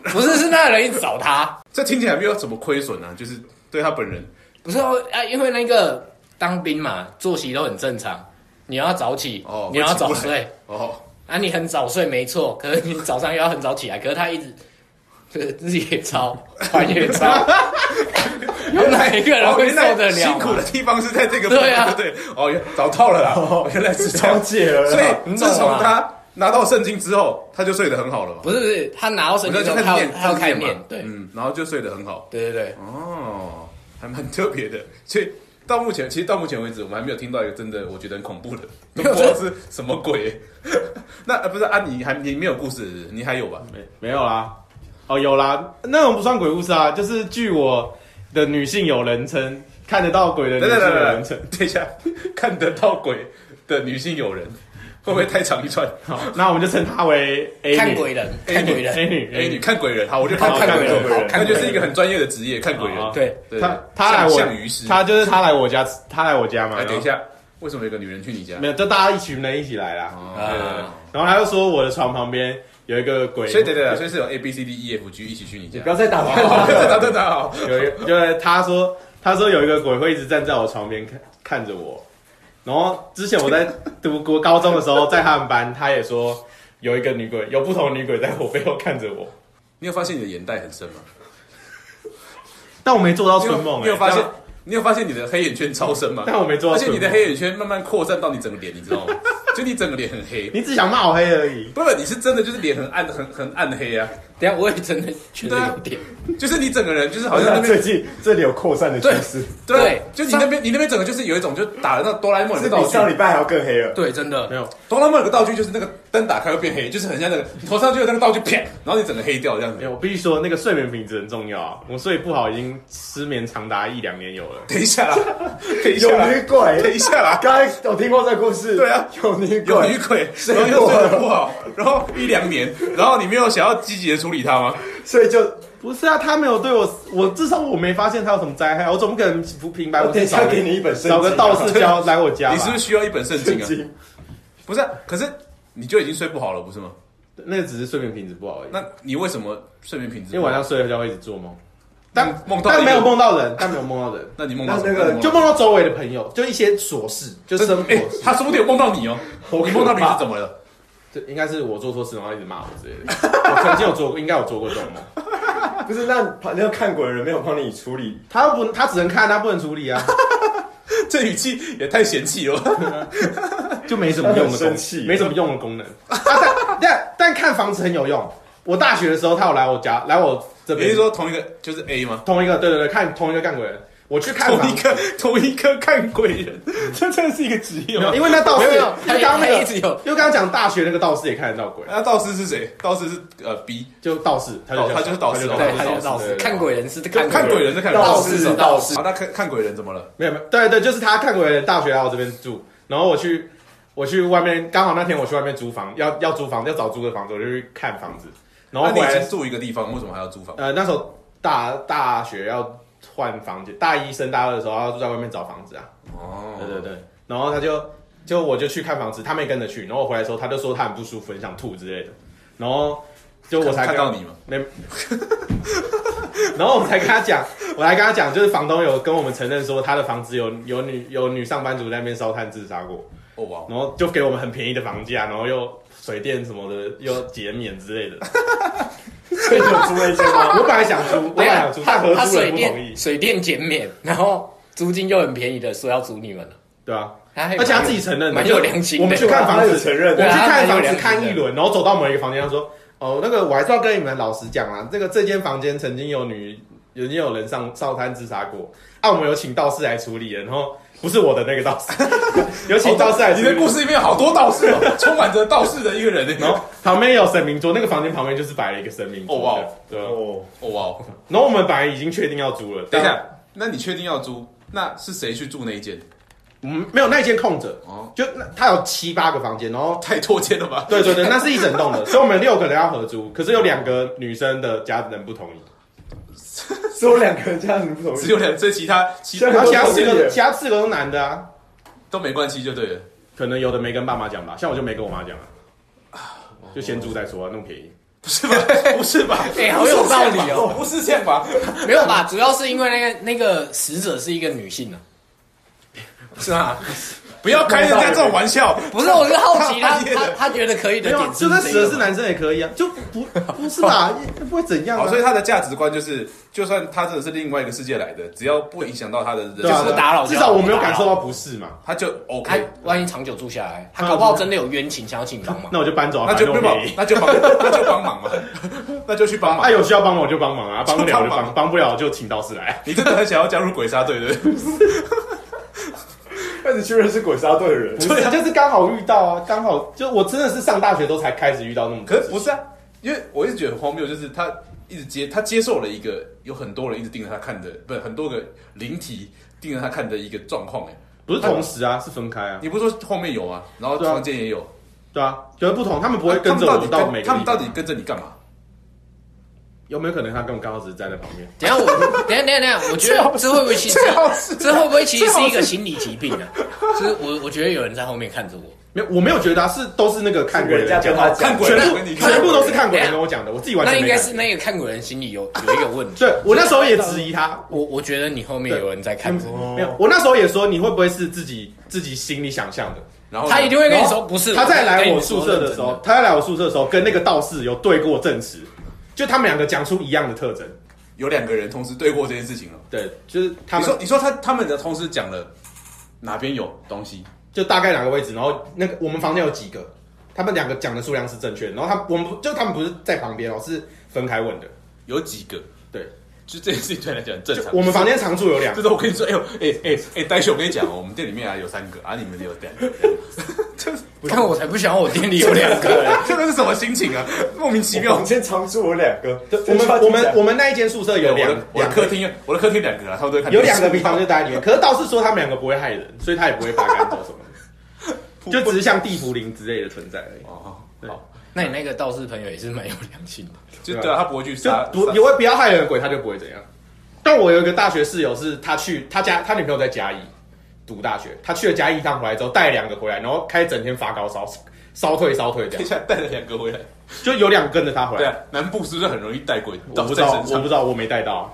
Speaker 3: 不是是那个人一直找他，
Speaker 1: 这听起来没有什么亏损啊，就是对他本人。
Speaker 3: 不是啊，啊因为那个当兵嘛，作息都很正常，你要早起，
Speaker 1: 哦
Speaker 3: 你要早
Speaker 1: 会起不
Speaker 3: 睡
Speaker 1: 来，哦，
Speaker 3: 啊，你很早睡没错，可是你早上又要很早起来，可是他一直。就是日夜操，半夜操，有哪一个人
Speaker 1: 哦
Speaker 3: 会
Speaker 1: 原
Speaker 3: 受
Speaker 1: 来
Speaker 3: 得了啊
Speaker 1: 辛
Speaker 3: 嘛？
Speaker 1: 苦的地方是在这个
Speaker 3: 对啊
Speaker 1: 对对，哦，原找到了啦，哦原来是这
Speaker 4: 了
Speaker 1: 样。
Speaker 4: 解了啦。
Speaker 1: 所
Speaker 3: 你
Speaker 1: 以
Speaker 3: 懂
Speaker 1: 自
Speaker 3: 吗
Speaker 1: 从他拿到圣经之后，他就睡得很好了嘛。
Speaker 3: 不是不是，他拿到神
Speaker 1: 那
Speaker 3: 经之
Speaker 1: 就
Speaker 3: 后，
Speaker 1: 开始
Speaker 3: 他要
Speaker 1: 念，
Speaker 3: 他要开
Speaker 1: 始
Speaker 3: 面
Speaker 1: 嘛，
Speaker 3: 对
Speaker 1: 嗯，然后就睡得很好。
Speaker 3: 对对对，
Speaker 1: 哦，还蛮特别的。所以到目前，其实到目前为止，我们还没有听到一个真的我觉得很恐怖的， 都不知道是什么鬼。 那呃不是啊，你还你没有故事，你还有吧？
Speaker 2: 没没有啦，哦有啦，那种不算鬼故事啊，就是据我的女性友人称，看得到鬼的女
Speaker 1: 等
Speaker 2: 性
Speaker 1: 等等
Speaker 2: 友
Speaker 1: 等
Speaker 2: 人
Speaker 1: 等
Speaker 2: 称，，
Speaker 1: 等一下，看得到鬼的女性友人会不会太长一串
Speaker 2: 好，那我们就称她为 A 女
Speaker 3: 看鬼人，看鬼人，
Speaker 2: A 女哎
Speaker 1: ？A 女哎看鬼人，好，我就看
Speaker 3: 好
Speaker 1: 看
Speaker 3: 看
Speaker 1: 鬼
Speaker 3: 鬼
Speaker 1: 人
Speaker 3: 人，
Speaker 1: 好
Speaker 3: 看
Speaker 1: 那
Speaker 3: 鬼人
Speaker 1: 就是一个很专业的职业，看鬼人
Speaker 2: 好。
Speaker 3: 对，
Speaker 1: 对，
Speaker 2: 她她来
Speaker 1: 像
Speaker 2: 我
Speaker 1: 像鱼师。
Speaker 2: 她就是她来我家，她来我家嘛，
Speaker 1: 哎，
Speaker 2: 然后
Speaker 1: 等一，下，为什么有个女人去你家
Speaker 2: 没？有，就大家一群人一起来啦，对对对
Speaker 1: 哦，
Speaker 2: 然后她就说我的床旁边有一个鬼，
Speaker 1: 所以对对对，所以是有 A B C D E F G 一起去你家
Speaker 4: 你不。要再打断
Speaker 1: 好，
Speaker 4: 他
Speaker 1: 对
Speaker 4: 了。
Speaker 1: 对对对，好。
Speaker 2: 有一个，就是他说，他说有一个鬼会一直站在我床边看看着我。然后之前我在读国高中的时候，在他们班，他也说有一个女鬼，有不同的女鬼在我背后看着我，
Speaker 1: 你有发现你的眼袋很深吗？
Speaker 2: 但我没做到
Speaker 1: 你有
Speaker 2: 春梦、欸，
Speaker 1: 你有发现
Speaker 2: 但？
Speaker 1: 你有发现你的黑眼圈超深吗？
Speaker 2: 但我没做到
Speaker 1: 而
Speaker 2: 春
Speaker 1: 且
Speaker 2: 梦，
Speaker 1: 你的黑眼圈慢慢扩散到你整个脸，你知道吗？就你整个脸很黑，
Speaker 2: 你只想骂我黑而已。
Speaker 1: 不是你是真的就是脸很暗很很暗黑啊，
Speaker 3: 等一下我也真的觉得
Speaker 1: 对啊
Speaker 3: 有点，
Speaker 1: 就是你整个人就是好
Speaker 4: 好
Speaker 1: 像那
Speaker 4: 像
Speaker 1: 边
Speaker 4: 最近这里有扩散的趋势，
Speaker 1: 对
Speaker 3: 对
Speaker 1: 啊，就你那边你那边整个就是有一种就打了那个哆啦 A 梦
Speaker 4: 是
Speaker 1: 的
Speaker 4: 比
Speaker 1: 道
Speaker 4: 上礼
Speaker 1: 具，
Speaker 4: 拜还要更黑了。
Speaker 3: 对，真的
Speaker 2: 没有，
Speaker 1: 哆啦 A 梦有个道具就是那个灯打开会变黑，就是很像那个你头上就有那个道具啪，然后你整个黑掉这样
Speaker 2: 没
Speaker 1: 子。
Speaker 2: 有，我必须说那个睡眠品质很重要啊。我睡不好已经失眠长达一两年有了。
Speaker 1: 等一下啦，等一下
Speaker 4: 有
Speaker 1: 啦，
Speaker 4: 女鬼，
Speaker 1: 等一下啦，
Speaker 4: 刚才我听过这个故事。
Speaker 1: 对啊，
Speaker 4: 有女
Speaker 1: 有
Speaker 4: 鬼
Speaker 1: 女，鬼，然后又
Speaker 4: 过
Speaker 1: 睡得不好， 然后一两年，然后你没有想要积极的处理它吗？
Speaker 4: 所以就
Speaker 2: 不是啊，他没有对我，我至少我没发现他有什么灾害，我总不可能不平白
Speaker 4: 我
Speaker 2: 无
Speaker 4: 等一
Speaker 2: 故
Speaker 4: 下
Speaker 2: 找
Speaker 4: 给你一本圣经啊，
Speaker 2: 找个道士教来我家
Speaker 1: 你是不
Speaker 2: 吧
Speaker 1: 是。需要一本圣经
Speaker 4: 圣
Speaker 1: 啊？
Speaker 4: 经。
Speaker 1: 不是啊，可是你就已经睡不好了，不是吗？
Speaker 2: 那只是睡眠品质不好而已。
Speaker 1: 那你为什么睡眠品质
Speaker 2: 因
Speaker 1: 不好？
Speaker 2: 为晚上睡了觉会一直做梦，但
Speaker 1: 梦到
Speaker 2: 但没有
Speaker 1: 一个，
Speaker 2: 梦到人，但没有梦 到人，
Speaker 1: 那你梦到
Speaker 4: 那
Speaker 1: 什么
Speaker 4: 那个
Speaker 1: 你
Speaker 2: 就
Speaker 1: 梦
Speaker 2: 梦到周围的朋友，就一些琐事，就
Speaker 1: 到
Speaker 2: 生活
Speaker 1: 哎，
Speaker 2: 事。
Speaker 1: 他说不定有梦到你哦。你梦到你是怎么了？
Speaker 2: 这应该是我做错事，然后一直骂我之类的。 我曾经有做过，应该有做过这种梦。
Speaker 4: 不是，那那个看鬼的人没有帮你处理，
Speaker 2: 他又不，他只能看，他不能处理啊，
Speaker 1: 这语气也太嫌弃了吧。
Speaker 2: 就没什么 用的
Speaker 4: 他
Speaker 2: 功
Speaker 4: 很生
Speaker 2: 能
Speaker 4: 气，
Speaker 2: 没什么用的功能。 啊、但但但看房子很有用。我大学的时候，他有来我家，来我这
Speaker 1: 你
Speaker 2: 边
Speaker 1: 是，说同一个就是 A 吗？
Speaker 2: 同一个，对对对，看同一个干鬼人，我去看
Speaker 1: 同
Speaker 2: 房
Speaker 1: 一，个同一个看鬼人，这真的是一个职业
Speaker 2: 没
Speaker 1: 吗
Speaker 2: 有？因为那道士，
Speaker 3: 没有没
Speaker 2: 因
Speaker 3: 有
Speaker 2: 为刚刚那哦
Speaker 3: 还一
Speaker 2: 个，
Speaker 3: 直
Speaker 2: 因
Speaker 3: 有
Speaker 2: 为刚刚讲大学那个道士也看得到鬼，
Speaker 1: 那道士是谁？道士是呃 B，
Speaker 2: 就道士，他就
Speaker 1: 哦他就是道士
Speaker 2: 他
Speaker 3: 对，
Speaker 1: 哦
Speaker 3: 他就是道
Speaker 2: 对
Speaker 3: 士，
Speaker 2: 对对
Speaker 3: 看鬼人是看
Speaker 1: 看鬼人在看鬼
Speaker 4: 道
Speaker 3: 道
Speaker 4: 士
Speaker 3: 士
Speaker 4: 是
Speaker 3: 是
Speaker 4: 道
Speaker 3: 道
Speaker 4: 士
Speaker 3: 士，
Speaker 1: 好，那看看鬼人怎么了？
Speaker 2: 没有没有，对对，就是他看鬼的大学来我这边住，然后我去我去外面，刚好那天我去外面租房，要要租房要找租的房子，我就去看房子，然后
Speaker 1: 啊那你
Speaker 2: 回
Speaker 1: 已
Speaker 2: 来
Speaker 1: 经住一个地方，为什么还要租房？
Speaker 2: 呃那时候大大学要换房间，大一升大二的时候要住在外面找房子啊，
Speaker 1: 哦，
Speaker 2: 对对对，然后他就就我就去看房子，他没跟着去，然后我回来的时候他就说他很不舒服，很想吐之类的，然后就我才
Speaker 1: 看
Speaker 2: 跟
Speaker 1: 到你吗？
Speaker 2: 没。 然后我才跟他讲，我来跟他讲，就是房东有跟我们承认说，他的房子有有女有女上班族在那边烧炭自杀过，
Speaker 1: 哦哇，
Speaker 2: 然后就给我们很便宜的房价，然后又水电什么的又减免之 类的。
Speaker 4: 所以就租了一间吗？
Speaker 2: 我本来想租，我本
Speaker 3: 没有
Speaker 2: 来想租，
Speaker 3: 他
Speaker 2: 但合
Speaker 3: 他
Speaker 2: 租
Speaker 3: 水
Speaker 2: 人不同意
Speaker 3: 电，水电减免，然后租金又很便宜的，说要租你们了，
Speaker 2: 对啊，
Speaker 3: 他还
Speaker 2: 而且他
Speaker 3: 蛮有
Speaker 2: 自己承认的，
Speaker 3: 蛮有良心的。
Speaker 2: 我们去看房
Speaker 4: 他有
Speaker 2: 子，
Speaker 4: 承认
Speaker 2: 我
Speaker 4: 的
Speaker 2: 们去看
Speaker 3: 对啊他
Speaker 2: 房
Speaker 3: 有良
Speaker 2: 子
Speaker 3: 心的
Speaker 2: 看一轮，然后走到某一个房间，他说：“哦，那个我还是要跟你们老实讲啊，这个这间房间曾经有女，曾经有人上烧炭自杀过，啊，我们有请道士来处理的，然后不是我的那个道士， 有请道士来处
Speaker 1: 你
Speaker 2: 理
Speaker 1: 的。故事里面有好多道士 哦，充满着道士的一个人
Speaker 2: 然后
Speaker 1: 呢。
Speaker 2: 旁边有神明桌，那个房间旁边就是摆了一个神明桌。
Speaker 1: 哦哇哦
Speaker 2: 对啊。
Speaker 4: 哦，
Speaker 1: 哦哇哦，
Speaker 2: 然后我们本来已经确定要租了，
Speaker 1: 等一
Speaker 2: 但
Speaker 1: 下，那你确定要租？那是谁去住那一间？
Speaker 2: 我们没有那一间空着，
Speaker 1: 哦
Speaker 2: 就那它有七八个房间，然后
Speaker 1: 太拖欠了吧？
Speaker 2: 对对对，那是一整栋的， 所以我们六个人要合租，可是有两个女生的家人不同意，
Speaker 4: 只有两个人家人不同意，
Speaker 1: 只有两，这其他其
Speaker 4: 这
Speaker 2: 然
Speaker 4: 样
Speaker 2: 后其他四
Speaker 4: 不同意
Speaker 2: 个
Speaker 4: 耶
Speaker 2: 其他四个都男的啊，
Speaker 1: 都没关系就对了。
Speaker 2: 可能有的没跟爸妈讲吧，像我就没跟我妈讲啊，就先租再说啊，那么便宜。
Speaker 1: 不 是吧？不是吧？
Speaker 3: 哎好有道理哦
Speaker 1: 不是这样吧？
Speaker 3: 没有吧？主要是因为那个那个死者是一个女性啊，是
Speaker 1: 啊
Speaker 3: 吗？
Speaker 1: 不要开人家这种玩笑。
Speaker 3: 不是，我是好奇
Speaker 1: 他
Speaker 3: 他
Speaker 1: 他
Speaker 3: 他他觉得可以的
Speaker 1: 哎
Speaker 2: 没有啊，
Speaker 3: 点
Speaker 2: 就是算
Speaker 3: 这
Speaker 2: 死的
Speaker 3: 个
Speaker 2: 是
Speaker 3: 吗
Speaker 2: 男生也可以啊，就不 不是吧，也不会怎样
Speaker 1: 好，
Speaker 2: 啊
Speaker 1: 哦所。以他的价值观就是，就算他真的是另外一个世界来的，只要不影响到他的人
Speaker 2: 对啊
Speaker 3: 不
Speaker 1: 生，
Speaker 3: 打扰就好
Speaker 2: 至少我没有感受到不适 嘛，
Speaker 1: 他就
Speaker 3: 他
Speaker 1: OK。
Speaker 3: 万一长久住下来，他搞不好真的有冤情，想要请帮忙。
Speaker 2: 那我就搬走啊，
Speaker 1: 那就不
Speaker 2: 反正我
Speaker 1: 帮
Speaker 2: 便，宜。
Speaker 1: 那就帮，那就帮忙嘛， 那就去帮
Speaker 2: 啊，
Speaker 1: 忙。
Speaker 2: 有需要帮忙我就帮 忙啊，帮不了我就
Speaker 1: 就帮忙
Speaker 2: 帮，帮不了就请道士 来。
Speaker 1: 你真的很想要加入鬼杀队， 对不对？
Speaker 4: 但是确认是鬼杀队的人
Speaker 2: 不，是，
Speaker 1: 啊
Speaker 2: 就是刚好遇到啊，刚好就我真的是上大学都才开始遇到那么多
Speaker 1: 可是不是啊，因为我一直觉得很荒谬，就是他一直接他接受了一个有很多人一直盯着他看的，不是很多个灵体盯着他看的一个状况。哎，
Speaker 2: 不是同时啊，是分开啊，
Speaker 1: 你不是说后面有吗？然后
Speaker 2: 对啊
Speaker 1: 房间也有，
Speaker 2: 对啊，觉得不同，他们不会
Speaker 1: 他
Speaker 2: 跟
Speaker 1: 们
Speaker 2: 着
Speaker 1: 到
Speaker 2: 我
Speaker 1: 底
Speaker 2: 到每
Speaker 1: 跟
Speaker 2: 个
Speaker 1: 他们
Speaker 2: 地
Speaker 1: 到
Speaker 2: 方
Speaker 1: 底跟着你 干嘛？
Speaker 2: 有没有可能他根本刚好只是站在旁边？
Speaker 3: 等一下我，等一下等一下等一下，我觉得这会不会其实
Speaker 1: 最好是
Speaker 3: 这会不会其实是一个心理疾病啊？就是我我觉得有人在后面看着我，
Speaker 2: 没有，我没有觉得啊，是都是那个看鬼的
Speaker 4: 人家
Speaker 2: 讲
Speaker 4: 跟他
Speaker 2: 的，
Speaker 4: 讲
Speaker 1: 看鬼
Speaker 2: 全
Speaker 1: 人
Speaker 2: 部
Speaker 1: 跟你看
Speaker 2: 全部都是看鬼
Speaker 3: 等一
Speaker 2: 人
Speaker 3: 下
Speaker 2: 跟我讲的，我自己完
Speaker 3: 那
Speaker 2: 全
Speaker 3: 应
Speaker 2: 没
Speaker 3: 该
Speaker 2: 感
Speaker 3: 是
Speaker 2: 觉。
Speaker 3: 那个看鬼人心里有有一个问题。
Speaker 2: 对我那时候也质疑他，
Speaker 3: 我我觉得你后面有人在看着你，
Speaker 2: 没有，我那时候也说你会不会是自己自己心里想象的？
Speaker 1: 然后呢
Speaker 3: 他一定会跟你说
Speaker 2: 然后
Speaker 3: 不是。
Speaker 2: 他再来
Speaker 3: 跟
Speaker 2: 我
Speaker 3: 你说
Speaker 2: 宿舍的时候，，他再来我宿舍的时候，跟那个道士有对过证词，就他们两个讲出一样的特征。
Speaker 1: 有两个人同时对过这件事情了。
Speaker 2: 对，就是他
Speaker 1: 你
Speaker 2: 们
Speaker 1: 说，你说他他们的同时讲了哪边有东西，
Speaker 2: 就大概哪个位置，然后那个我们房间有几个，他们两个讲的数量是正确的，然后他我们不就他们不是在旁边哦，是分开问的，
Speaker 1: 有几个，
Speaker 2: 对，
Speaker 1: 就这件事情对你来讲很正
Speaker 2: 就
Speaker 1: 常。
Speaker 2: 我们房间常住有两
Speaker 1: 这是我跟你说，哎呦，哎哎哎，呆熊，我跟你讲哦，我们店里面啊有三个啊，你们有两个，
Speaker 3: 但我才不想我店里有两个嘞，
Speaker 1: 哎这个是什么心情啊？莫名其妙
Speaker 4: 房。间常住我两个，
Speaker 2: 我们我们我们那一间宿舍有
Speaker 1: 我
Speaker 2: 两
Speaker 1: 的我的
Speaker 2: 两
Speaker 1: 客厅，我的客厅两个啊，他们都会看
Speaker 2: 有两个比房就待在里面，可是倒是说他们两个不会害人，所以他也不会罚赶走什么 的，就只是像地茯苓之类的存在而已。
Speaker 1: 哦，
Speaker 2: 对
Speaker 1: 好，
Speaker 3: 那你那个道士朋友也是蛮有良心的。
Speaker 1: 就对啊，他不会去
Speaker 2: 就
Speaker 1: 杀，
Speaker 2: 不
Speaker 1: 杀
Speaker 2: 也会不要害人的鬼，他就不会怎样。但我有一个大学室友是，他去他家他女朋友在嘉义读大学，他去了嘉义一趟回来之后带两个回来，然后开整天发高烧，烧退烧退这
Speaker 1: 等 一
Speaker 2: 样，
Speaker 1: 下带了两个回来。
Speaker 2: 就有两个跟着他回
Speaker 1: 对
Speaker 2: 来。
Speaker 1: 啊，南部是不是很容易带鬼
Speaker 2: 我
Speaker 1: 到
Speaker 2: 不知
Speaker 1: 在
Speaker 2: 道，
Speaker 1: 身
Speaker 2: 我不
Speaker 1: 上？
Speaker 2: 知道，我没带到，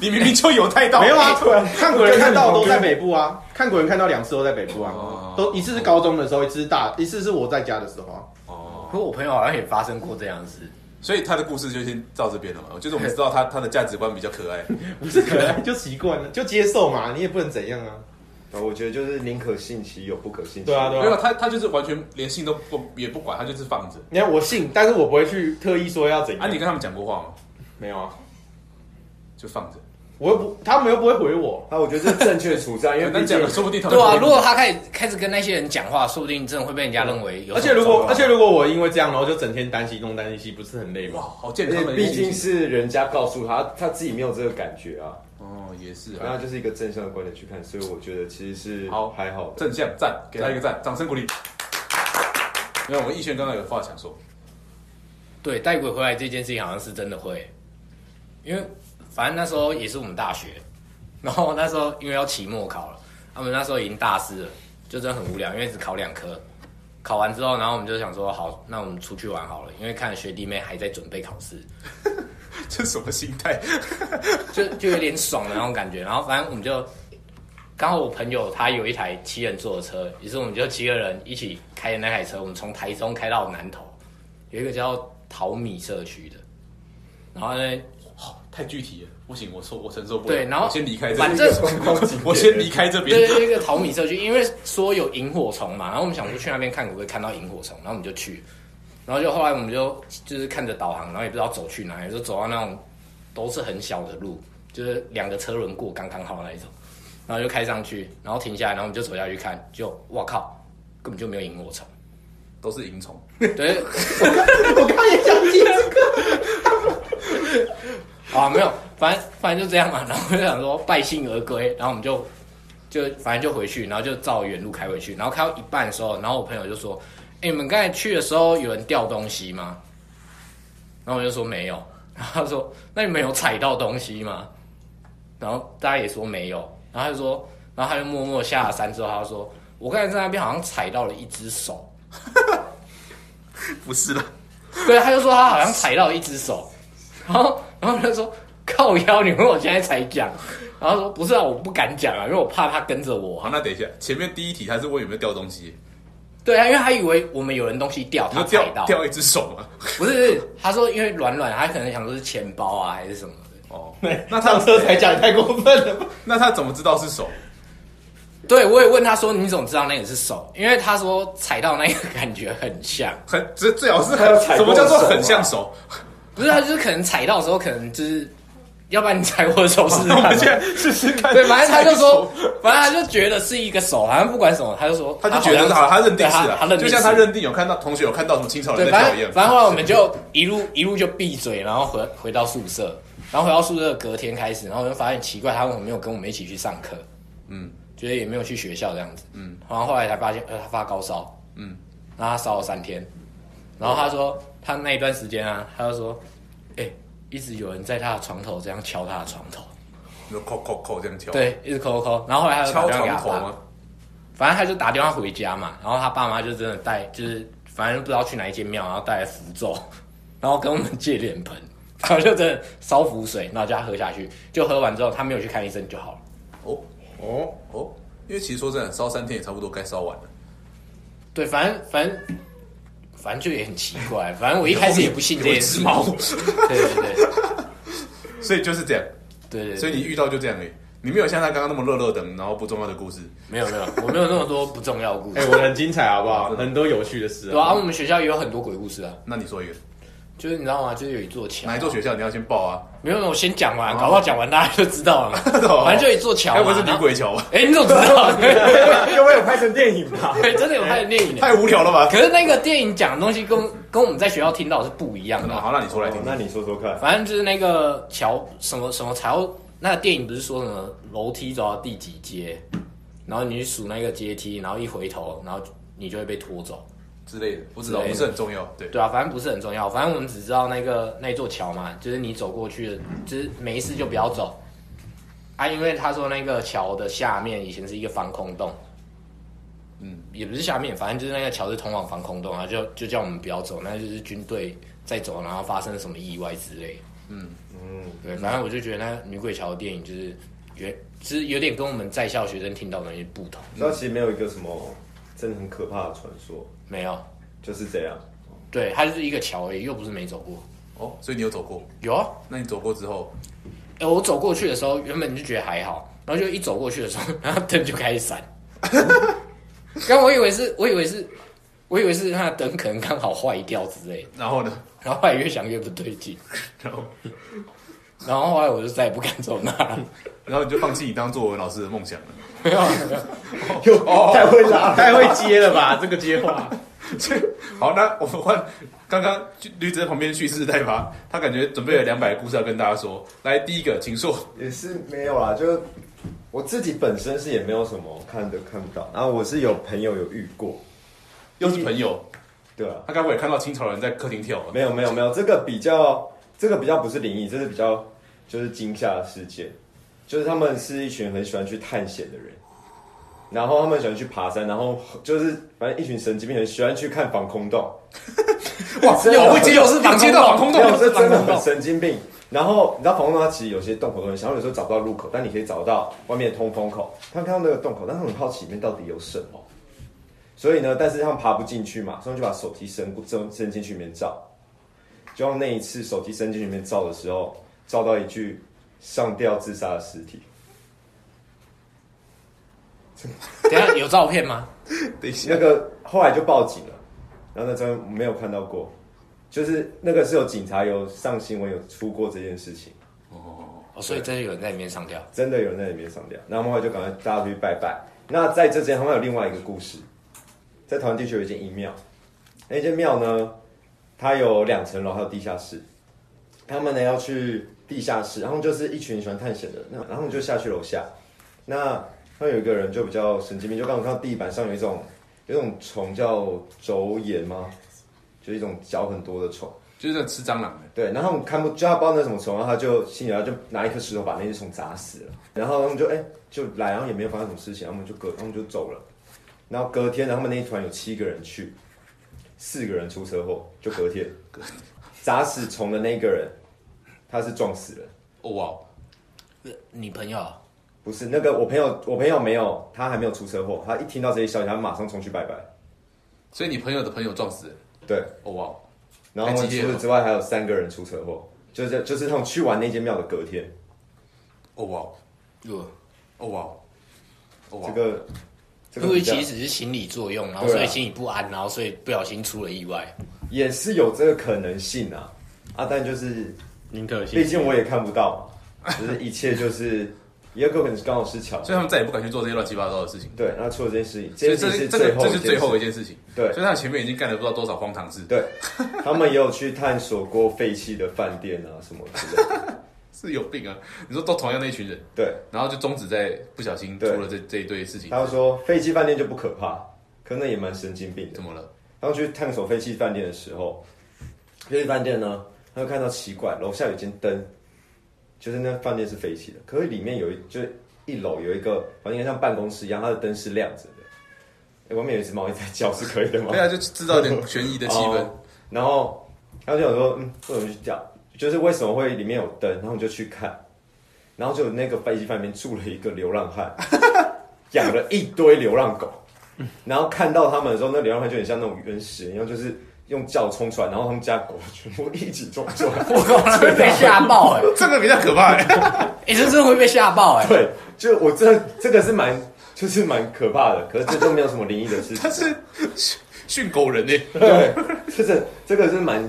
Speaker 1: 你明明就有带到，哎
Speaker 2: 没有啊
Speaker 1: 对？
Speaker 2: 看鬼人看到都在北部啊，看鬼人看到两次都在北部啊
Speaker 1: 哦，
Speaker 2: 都一次是高中的时候，一次是大，一次是我在家的时候啊。
Speaker 1: 哦，
Speaker 3: 可我朋友好像也发生过这样的事，
Speaker 1: 所以他的故事就先到这边了嘛。就是我们知道他他的价值观比较可 爱，
Speaker 2: 不是可能 就习惯了，就接受嘛，你也不能怎样啊。
Speaker 4: 们，我觉得就是宁可信其有，不可信其无
Speaker 2: 对啊对啊
Speaker 1: 没有他他就是完全连信都不也不管，他就是放着。
Speaker 2: 你看我信，但是我不会去特意说要怎
Speaker 1: 啊，
Speaker 2: 样
Speaker 1: 你。跟他们讲过话吗？
Speaker 2: 没有啊，
Speaker 1: 就放着，
Speaker 2: 我又不，他们又不会回我。
Speaker 4: 啊，我觉得这正确处啊战，因为
Speaker 1: 很难
Speaker 4: 毕竟
Speaker 1: 讲的，说不定他们
Speaker 3: 哎对
Speaker 1: 不
Speaker 3: 啊，
Speaker 1: 会
Speaker 3: 如果他开始开始跟那些人讲话，说不定真的会被人家认为有
Speaker 2: 而
Speaker 3: 什么
Speaker 2: 且如
Speaker 3: 糟
Speaker 2: 果，
Speaker 3: 糕
Speaker 2: 而且如果我因为这样，然后就整天担心东担心西，不是很累
Speaker 1: 哇，
Speaker 2: 吗？
Speaker 1: 好健
Speaker 4: 而
Speaker 1: 康
Speaker 4: 且
Speaker 3: 哎
Speaker 1: 的一个
Speaker 4: 毕
Speaker 1: 心情，
Speaker 4: 竟是人家告诉他，他自己没有这个感觉啊，
Speaker 1: 哦，也是
Speaker 4: 那
Speaker 1: 啊，
Speaker 4: 就是一个正向的观点去看，所以我觉得其实是
Speaker 1: 好
Speaker 4: 还好的。
Speaker 1: 正向赞，给他一个赞，掌声鼓励。没有，我们逸轩刚刚有话想说，
Speaker 3: 对带鬼回来这件事情，好像是真的会，因为反正那时候也是我们大学，然后那时候因为要期末考了，他们那时候已经大四了，就真的很无聊，因为只考两科。考完之后，然后我们就想说，好，那我们出去玩好了，因为看学弟妹还在准备考试，
Speaker 1: 这什么心态？
Speaker 3: 就就有点爽的那种感觉。然后反正我们就，刚好我朋友他有一台七人座的车，于是我们就七个人一起开的那台车，我们从台中开到南投，有一个叫淘米社区的，然后呢，
Speaker 1: 太具体了，不行，我受我承受不了。
Speaker 3: 对然后
Speaker 1: 我先离开这边，
Speaker 3: 反正
Speaker 1: 我先离开这边。
Speaker 3: 对对，一个淘米社区，因为说有萤火虫嘛，然后我们想说去那边看可不可以看到萤火虫，然后我们就去，然后就后来我们就就是看着导航，然后也不知道走去哪里，就走到那种都是很小的路，就是两个车轮过刚刚好那一种，然后就开上去，然后停下来，然后我们就走下去看，就哇靠，根本就没有萤火虫，
Speaker 1: 都是萤虫，
Speaker 3: 对，
Speaker 2: 我刚刚也想起这个，
Speaker 3: 啊，没有，反正反正就这样嘛。然后我就想说败兴而归，然后我们就就反正就回去，然后就照原路开回去。然后开到一半的时候，然后我朋友就说：“哎、你们刚才去的时候有人掉东西吗？”然后我就说没有。然后他说：“那你们有踩到东西吗？”然后大家也说没有。然后他就说，然后他就默默下了山之后，他就说：“我刚才在那边好像踩到了一只手。”
Speaker 1: 不是啦，
Speaker 3: 对，他就说他好像踩到一只手，然后然后他就说靠腰，你问我现在才讲，然后说不是啊，我不敢讲啊，因为我怕他跟着我
Speaker 1: 好，
Speaker 3: 啊。
Speaker 1: 那等一下，前面第一题他是问有没有掉东西，
Speaker 3: 对啊，因为他以为我们有人东西掉，
Speaker 1: 你
Speaker 3: 他
Speaker 1: 说
Speaker 3: 踩
Speaker 1: 掉
Speaker 3: 到，
Speaker 1: 掉一只手吗？
Speaker 3: 不是不是，他说因为软软，他可能想说是钱包啊还是什么的。
Speaker 1: 哦，
Speaker 2: 那上车才讲也太过分了吧？
Speaker 1: 那他怎么知道是手？
Speaker 3: 对，我也问他说你怎么知道那个是手？因为他说踩到那个感觉很像，
Speaker 1: 很这最好是
Speaker 4: 他
Speaker 1: 很
Speaker 4: 有踩
Speaker 1: 什么
Speaker 4: 过
Speaker 1: 叫做
Speaker 4: 手
Speaker 1: 很
Speaker 4: 吗
Speaker 1: 像手？
Speaker 3: 不是他就是可能踩到的时候可能就是，要不然你踩我的手试试
Speaker 1: 哦那我
Speaker 3: 看啊
Speaker 1: 们
Speaker 3: 吧
Speaker 1: 现。在试试看。
Speaker 3: 对，反正他就说
Speaker 1: 手，，
Speaker 3: 反正他就觉得是一个手，好像不管什么，他就说，
Speaker 1: 他就觉得好，
Speaker 3: 像
Speaker 1: 他认定是
Speaker 3: 对他他
Speaker 1: 啊，
Speaker 3: 认
Speaker 1: 就
Speaker 3: 定
Speaker 1: 像
Speaker 3: 是
Speaker 1: 他认定有看到同学有看到什么清朝人
Speaker 3: 对，
Speaker 1: 在
Speaker 3: 反
Speaker 1: 跳一
Speaker 3: 正
Speaker 1: 样。
Speaker 3: 反正后来我们就一路一路就闭嘴，然后回回到宿舍，然后回到宿舍隔天开始，然后我就发现奇怪，他为什么没有跟我们一起去上课？
Speaker 1: 嗯，
Speaker 3: 觉得也没有去学校这样子，嗯，然后后来才发现，呃，他发高烧，
Speaker 1: 嗯，
Speaker 3: 然后他烧了三天，然后他说他那一段时间啊，他就说，哎、一直有人在他的床头这样敲他的床头，
Speaker 1: 哦就扣扣扣这样敲，，
Speaker 3: 对，一直抠抠抠，然后后来他就打
Speaker 1: 敲
Speaker 3: 电话
Speaker 1: 床
Speaker 3: 给他
Speaker 1: 头
Speaker 3: 爸，
Speaker 1: 吗？
Speaker 3: 反正他就打电话回家嘛，然后他爸妈就真的带，就是反正不知道去哪一间庙，然后带来符咒，然后跟我们借脸盆，然后就真的烧符水，然后叫他喝下去，就喝完之后他没有去看医生就好了。
Speaker 1: 哦
Speaker 2: 哦，
Speaker 1: 哦，因为其实说真的，烧三天也差不多该烧完了。
Speaker 3: 对，反正反正反正就也很奇怪，反正我一开始也不信这
Speaker 1: 有一
Speaker 3: 件
Speaker 1: 只
Speaker 3: 事，
Speaker 1: 猫，
Speaker 3: 对对对
Speaker 1: 所以就是这样，
Speaker 3: 对对
Speaker 1: 所以你遇到就这样而已。你没有像他刚刚那么热热等，然后不重要的故事。
Speaker 3: 没有没有，我没有那么多不重要的故
Speaker 2: 哎、
Speaker 3: 事。
Speaker 2: 我的很精彩，好不好？很多有趣的事。
Speaker 3: 对啊，我们学校也有很多鬼故事啊，
Speaker 1: 那你说一个，
Speaker 3: 就是你知道吗？就是有一座桥，
Speaker 1: 哪一座学校你要先报啊？
Speaker 3: 没有，没有我先讲完，搞不好讲完大家就知道了嘛。反正就有一座桥嘛，
Speaker 1: 该不会是
Speaker 3: 然
Speaker 1: 女
Speaker 3: 后
Speaker 1: 鬼桥 吧？
Speaker 3: 哎、你怎么知道？
Speaker 4: 要不要有拍成电影吧？
Speaker 3: 对，真的有拍电影的。
Speaker 1: 太无聊了吧？
Speaker 3: 可是那个电影讲的东西跟跟我们在学校听到的是不一样的。
Speaker 1: 好，那你说来听
Speaker 4: 哦
Speaker 1: 听。
Speaker 4: 那你说说看。
Speaker 3: 反正就是那个桥什么什么桥，那个电影不是说什么楼梯走到第几阶，然后你去数那个阶梯，然后一回头，然后你就会被拖走。
Speaker 1: 之类的，不知道
Speaker 3: 之类
Speaker 1: 不
Speaker 3: 的
Speaker 1: 是很重要。对，
Speaker 3: 对啊，反正不是很重要，反正我们只知道那个那座桥嘛，就是你走过去的，就是没事就不要走啊，因为他说那个桥的下面以前是一个防空洞，嗯，也不是下面，反正就是那个桥是通往防空洞啊，就就叫我们不要走，那就是军队在走，然后发生什么意外之类，嗯嗯，对，反正我就觉得那女鬼桥的电影就是原，就是有点跟我们在校学生听到的东西不同，
Speaker 4: 知道其实没有一个什么真的很可怕的传说，
Speaker 3: 没有，
Speaker 4: 就是这样。
Speaker 3: 对，它就是一个桥而已，又不是没走过，
Speaker 1: 哦，所以你有走过？
Speaker 3: 有啊。
Speaker 1: 那你走过之后，
Speaker 3: 哎、我走过去的时候，原本就觉得还好，然后就一走过去的时候， 然后灯就开始闪。 刚我以为是，我以为是，我以为是那灯可能刚好坏掉之类的，
Speaker 1: 然后呢？
Speaker 3: 然后后来越想越不对劲，
Speaker 1: 然后，
Speaker 3: 然后后来我就再也不敢走那了。
Speaker 1: 然后你就放弃你当作文老师的梦想了。
Speaker 3: 没有，啊没有
Speaker 4: 又 太会拉，
Speaker 2: 太会接了吧？这个接话，
Speaker 1: 好，那我们换刚刚驴子在旁边蓄势待发，他感觉准备了两百个故事要跟大家说。来，第一个，请说。
Speaker 4: 也是没有啦，就我自己本身是也没有什么看都看不到，然后我是有朋友有遇过，
Speaker 1: 又是朋友，
Speaker 4: 对啊，
Speaker 1: 他该不会也看到清朝人在客厅跳吧？
Speaker 4: 没有没有没有，这个比较这个比较不是灵异，这是比较就是惊吓的事件，就是他们是一群很喜欢去探险的人，然后他们喜欢去爬山，然后就是反正一群神经病很喜欢去看防空洞，
Speaker 1: 哇
Speaker 4: 真的
Speaker 1: 有会接又是
Speaker 3: 防空洞
Speaker 1: 接到防空洞
Speaker 4: 没，有，这真的
Speaker 1: 防空
Speaker 4: 很
Speaker 1: 洞
Speaker 4: 神经病。然后你知道防空洞它其实有些洞口都很小，有时候找不到入口，但你可以找到外面的通风口。他们看到那个洞口，但他们很好奇里面到底有什么，所以呢，但是他们爬不进去嘛，所以就把手机伸过伸伸进去里面照。就用那一次手机伸进去里面照的时候，照到一具上吊自杀的尸体。
Speaker 3: 等一下有照片吗？
Speaker 1: 等一下
Speaker 4: 那，个后来就报警了，然后那张没有看到过，就是那个是有警察有上新闻有出过这件事情。
Speaker 3: 哦，所以真的有人在里面上吊。
Speaker 4: 真的有人在里面上吊，然后后来就赶快大家出去拜拜。那在这之前，他们有另外一个故事，在台湾地区有一间阴庙，那间庙呢，它有两层楼，还有地下室。他们呢要去地下室，然后就是一群喜欢探险的人，那然后就下去楼下。那那有一个人就比较神经病，就刚好看到地板上有一种有一种虫叫轴眼吗？就是一种脚很多的虫。
Speaker 1: 就是那吃蟑螂的，
Speaker 4: 对，然后我们看不，就他不知道那什么虫，然后他就心里他就拿一颗石头把那只虫砸死了，然后他们就哎、就来，然后也没有发生什么事情，然后我们就隔，他们就走了。然后隔天，然后他们那一团有七个人去，四个人出车祸，就 隔天，砸死虫的那个人，他是撞死人，
Speaker 1: 哦哇哦，
Speaker 3: 你朋友啊
Speaker 4: 不是那个我朋友，我朋友没有，他还没有出车祸，他一听到这些消息，他马上冲去拜拜。
Speaker 1: 所以你朋友的朋友撞死人，
Speaker 4: 对，
Speaker 1: 哦哇哦，
Speaker 4: 然后
Speaker 1: 太
Speaker 4: 除
Speaker 1: 激烈了
Speaker 4: 此之外还有三个人出车祸，就是就是他们去完那间庙的隔天，
Speaker 1: 哦哇哦，
Speaker 3: 有，
Speaker 1: 哦哇哦，哦哇
Speaker 4: 这
Speaker 1: 哦，
Speaker 4: 个这个
Speaker 3: 因为
Speaker 4: 比较
Speaker 3: 其实只是心理作用，然后
Speaker 4: 对啊
Speaker 3: 所以心里不安，然后所以不小心出了意外。
Speaker 4: 也是有这个可能性啊。啊，但就是
Speaker 2: 宁可
Speaker 4: 毕竟我也看不到嘛，就是一切就是也有可能是刚好是巧合
Speaker 1: 所以。他们再也不敢去做这些乱七八糟的事情。
Speaker 4: 对，然后出了这件事情，
Speaker 1: 所以
Speaker 4: 这件
Speaker 1: 这是这
Speaker 4: 事情是
Speaker 1: 个这
Speaker 4: 最后一
Speaker 1: 是
Speaker 4: 件
Speaker 1: 最后一
Speaker 4: 事
Speaker 1: 件事情，
Speaker 4: 对
Speaker 1: 所以他前面已经干了不知道多少荒唐事，
Speaker 4: 对，他们也有去探索过废弃的饭店啊什么之类的。
Speaker 1: 是有病啊！你说都同样那一群人，
Speaker 4: 对，
Speaker 1: 然后就终止在不小心出
Speaker 4: 对
Speaker 1: 了这这一堆事情，
Speaker 4: 他们说废弃饭店就不可怕，可那也蛮神经病的
Speaker 1: 怎。么了？
Speaker 4: 他们去探索废弃饭店的时候，废弃饭店呢，他就看到奇怪，楼下有一间灯，就是那饭店是废弃的，可是里面有一就是一楼有一个，好像像办公室一样，它的灯是亮着的。诶外面有一只猫一直在叫，是可以的吗？
Speaker 1: 对啊，就制造一点悬疑的气氛
Speaker 4: 哦。然后他就想说，嗯，为什么去叫？就是为什么会里面有灯？然后我们就去看，然后就有那个飞机饭店住了一个流浪汉， 养了一堆流浪狗。然后看到他们的时候，那流浪汉就很像那种原始人一样，就是用脚冲出来，然后他们家狗全部一起冲出来。
Speaker 3: 我靠，那会被吓爆哎、
Speaker 1: 这个比较可怕、欸。
Speaker 3: 哎、这真的会被吓爆哎、
Speaker 4: 对，就我这这个是蛮就是蛮可怕的，可是这都没有什么灵异的事
Speaker 1: 他
Speaker 4: 情。
Speaker 1: 是训训狗人呢、
Speaker 4: 对，就是这个是蛮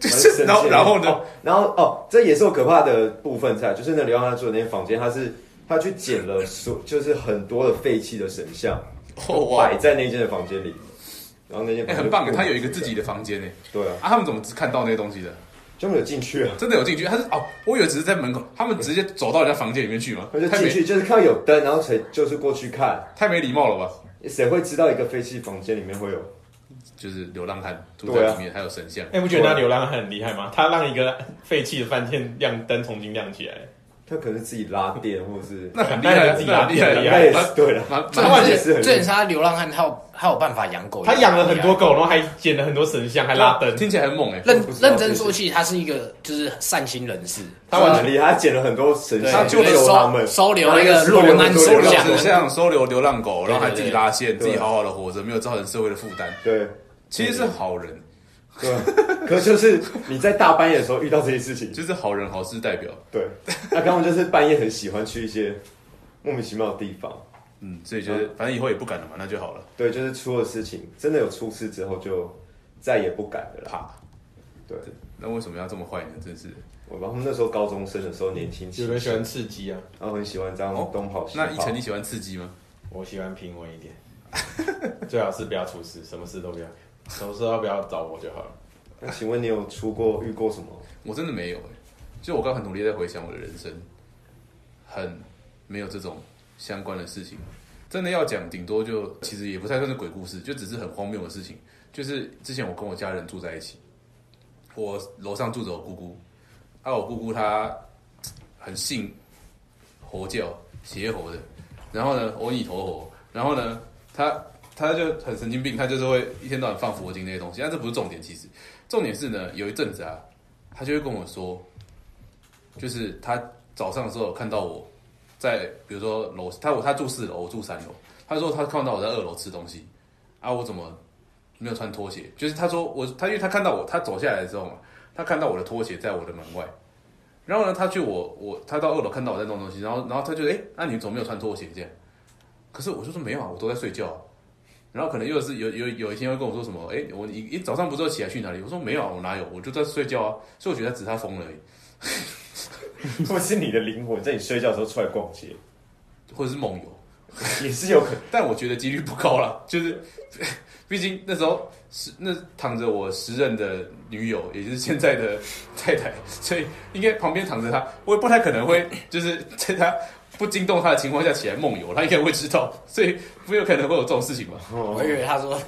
Speaker 1: 就
Speaker 4: 蛮
Speaker 1: 是
Speaker 4: 神
Speaker 1: 然后
Speaker 4: 奇的
Speaker 1: 然后呢
Speaker 4: 哦？然后哦，这也是我可怕的部分在，就是那刘洋他住的那间房间，他是他去捡了所就是很多的废弃的神像，
Speaker 1: 哦哇
Speaker 4: 摆，在那间的房间里，然后那间
Speaker 1: 哎、
Speaker 4: 房间
Speaker 1: 很棒
Speaker 4: 就
Speaker 1: 欸，他有一个自己的房间呢、
Speaker 4: 对啊，
Speaker 1: 啊，他们怎么只看到那些东西的？
Speaker 4: 就没有进去啊。
Speaker 1: 真的有进去？他是哦，我以为只是在门口，他们直接走到人家房间里面去吗
Speaker 4: 他就？
Speaker 1: 太
Speaker 4: 进
Speaker 1: 没
Speaker 4: 去，就是看到有灯，然后谁就是过去看，
Speaker 1: 太没礼貌了吧？
Speaker 4: 谁会知道一个废弃房间里面会有？
Speaker 1: 就是流浪汉住
Speaker 4: 对
Speaker 1: 在
Speaker 4: 啊
Speaker 1: 里面，还有神像。
Speaker 2: 哎、不觉得那流浪汉很厉害吗？他让一个废弃的饭店亮灯重新亮起来，
Speaker 4: 他可能是自己拉电，或者是
Speaker 1: 那很厉害啊，
Speaker 2: 那
Speaker 1: 那很厉害
Speaker 2: 那
Speaker 1: 啊，
Speaker 2: 厉
Speaker 4: 那
Speaker 2: 害
Speaker 4: 也
Speaker 1: 蛮
Speaker 4: 是对了，
Speaker 1: 蛮
Speaker 3: 这
Speaker 1: 蛮
Speaker 4: 也
Speaker 3: 点
Speaker 4: 是很
Speaker 3: 这点是他流浪汉，他有他有办法养狗，
Speaker 2: 他养了很多。狗，然后还捡了很多神像，还拉灯。
Speaker 1: 听起来很猛哎。
Speaker 3: 认
Speaker 4: 不知道
Speaker 3: 认真说起，他是一个就是善心人士，
Speaker 2: 他完全
Speaker 4: 啊很厉害，他捡了很多神
Speaker 3: 对
Speaker 4: 像，
Speaker 1: 就
Speaker 4: 留他们
Speaker 3: 收收留那个
Speaker 4: 收
Speaker 3: 落
Speaker 4: 留
Speaker 3: 难
Speaker 4: 收
Speaker 1: 收
Speaker 3: 神
Speaker 1: 留
Speaker 3: 像
Speaker 1: 神，像，收留流浪狗，然后还自己拉线，
Speaker 4: 对
Speaker 1: 自己好好的活着，没有造成社会的负担，
Speaker 4: 对
Speaker 1: 其实是好人，
Speaker 4: 对，可就是你在大半夜的时候遇到这些事情，
Speaker 1: 就是好人好事代表。
Speaker 4: 对，那他们就是半夜很喜欢去一些莫名其妙的地方，
Speaker 1: 嗯，所以就是反正以后也不敢了嘛，那就好了。
Speaker 4: 对，就是出了事情，真的有出事之后就再也不敢了啦。
Speaker 1: 怕，
Speaker 4: 对，
Speaker 1: 那为什么要这么坏呢？真是。
Speaker 4: 我然后那时候高中生的时候年轻气
Speaker 2: 有人喜
Speaker 4: 盛，
Speaker 2: 欢刺激啊，
Speaker 4: 然后很喜欢这样东跑西跑。
Speaker 1: 哦那一晨你喜欢刺激吗？
Speaker 2: 我喜欢平稳一 点，最好是不要出事，什么事都不要，什么事都不要找我就好了。
Speaker 4: 那请问你有出过遇过什么？
Speaker 1: 我真的没有哎、就我刚很努力在回想我的人生，很没有这种相关的事情。真的要讲，顶多就其实也不太算是鬼故事，就只是很荒谬的事情。就是之前我跟我家人住在一起，我楼上住着我姑姑，啊，我姑姑她很信佛教邪佛的，然后呢，阿弥陀佛，然后呢，她她就很神经病，她就是会一天到晚放佛经那些东西，但这不是重点，其实重点是呢，有一阵子啊，他就会跟我说，就是他早上的时候有看到我在，比如说楼，他我他住四楼，我住三楼，他说他看到我在二楼吃东西，啊，我怎么没有穿拖鞋？就是他说我他因为他看到我，他走下来的时候嘛，他看到我的拖鞋在我的门外，然后呢，他去我我他到二楼看到我在弄东西，然后然后他就哎，那、你怎么没有穿拖鞋这样？可是我就说没有啊，我都在睡觉啊、然后可能又是有有有一天会跟我说什么，哎，我你你早上不是要起来去哪里？我说没有啊，我哪有，我就在睡觉啊。所以我觉得他只是他疯了而已，
Speaker 4: 或是你的灵魂在你睡觉的时候出来逛 街，
Speaker 1: 或者是梦游，
Speaker 4: 也是有可能。
Speaker 1: 但我觉得几率不高啦， 就是毕竟那时候是那躺着我时任的女友，也就是现在的太太，所以应该旁边躺着她，我也不太可能会就是在她不惊动她的情况下起来梦游，她应该会知道， 所以不有可能会有这种事情吧。
Speaker 3: 我以为他说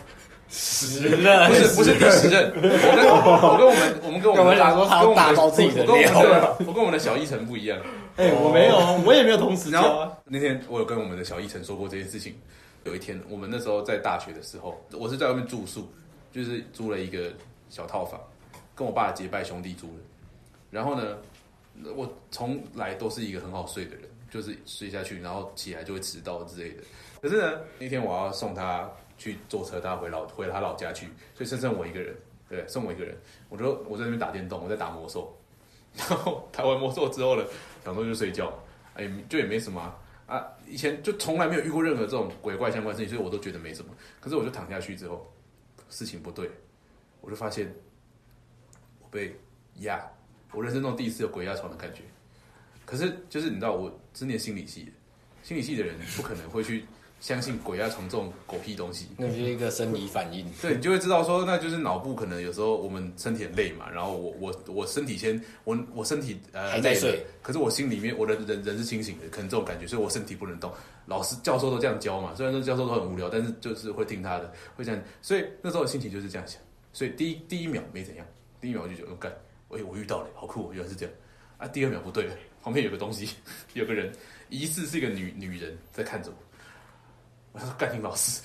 Speaker 3: 死了，
Speaker 1: 不是不是第十任，我跟我跟我们我们跟我
Speaker 3: 我
Speaker 1: 们
Speaker 3: 想说他要
Speaker 1: 跟我们
Speaker 3: 打爆自己的
Speaker 1: 我跟我
Speaker 3: 脸
Speaker 1: 们的我跟我们的小一晨不一样。
Speaker 2: 哎、我没有，我也没有同时啊
Speaker 1: 然后。那天我有跟我们的小一晨说过这件事情。有一天，我们那时候在大学的时候，我是在外面住宿，就是租了一个小套房，跟我爸结拜兄弟租的。然后呢，我从来都是一个很好睡的人，就是睡下去，然后起来就会迟到之类的。可是呢，那天我要送他去坐车，他回老回他老家去，所以剩剩我一个人，对，剩我一个人，我就我在那边打电动，我在打魔兽，然后打完魔兽之后呢，想说就睡觉，哎，就也没什么啊。啊以前就从来没有遇过任何这种鬼怪相关的事情，所以我都觉得没什么。可是我就躺下去之后，事情不对，我就发现我被压，我人生中第一次有鬼压床的感觉。可是就是你知道，我是念心理系的，心理系的人不可能会去相信鬼压床这种狗屁东西。
Speaker 3: 那就是一个生理反应。
Speaker 1: 对，你就会知道说，那就是脑部可能有时候我们身体很累嘛，然后我我我身体先我我身体呃
Speaker 3: 还在
Speaker 1: 累了
Speaker 3: 睡
Speaker 1: 可是我心里面我的人人是清醒的，可能这种感觉，所以我身体不能动。老师教授都这样教嘛，虽然说教授都很无聊，但是就是会听他的，会这样。所以那时候的心情就是这样想，所以第一第一秒没怎样，第一秒我就觉得哦干，哎、我遇到了，好酷哦，原来是这样啊。第二秒不对了，旁边有个东西， 有个人，疑似是一个女女人在看着我，我想说干你老师。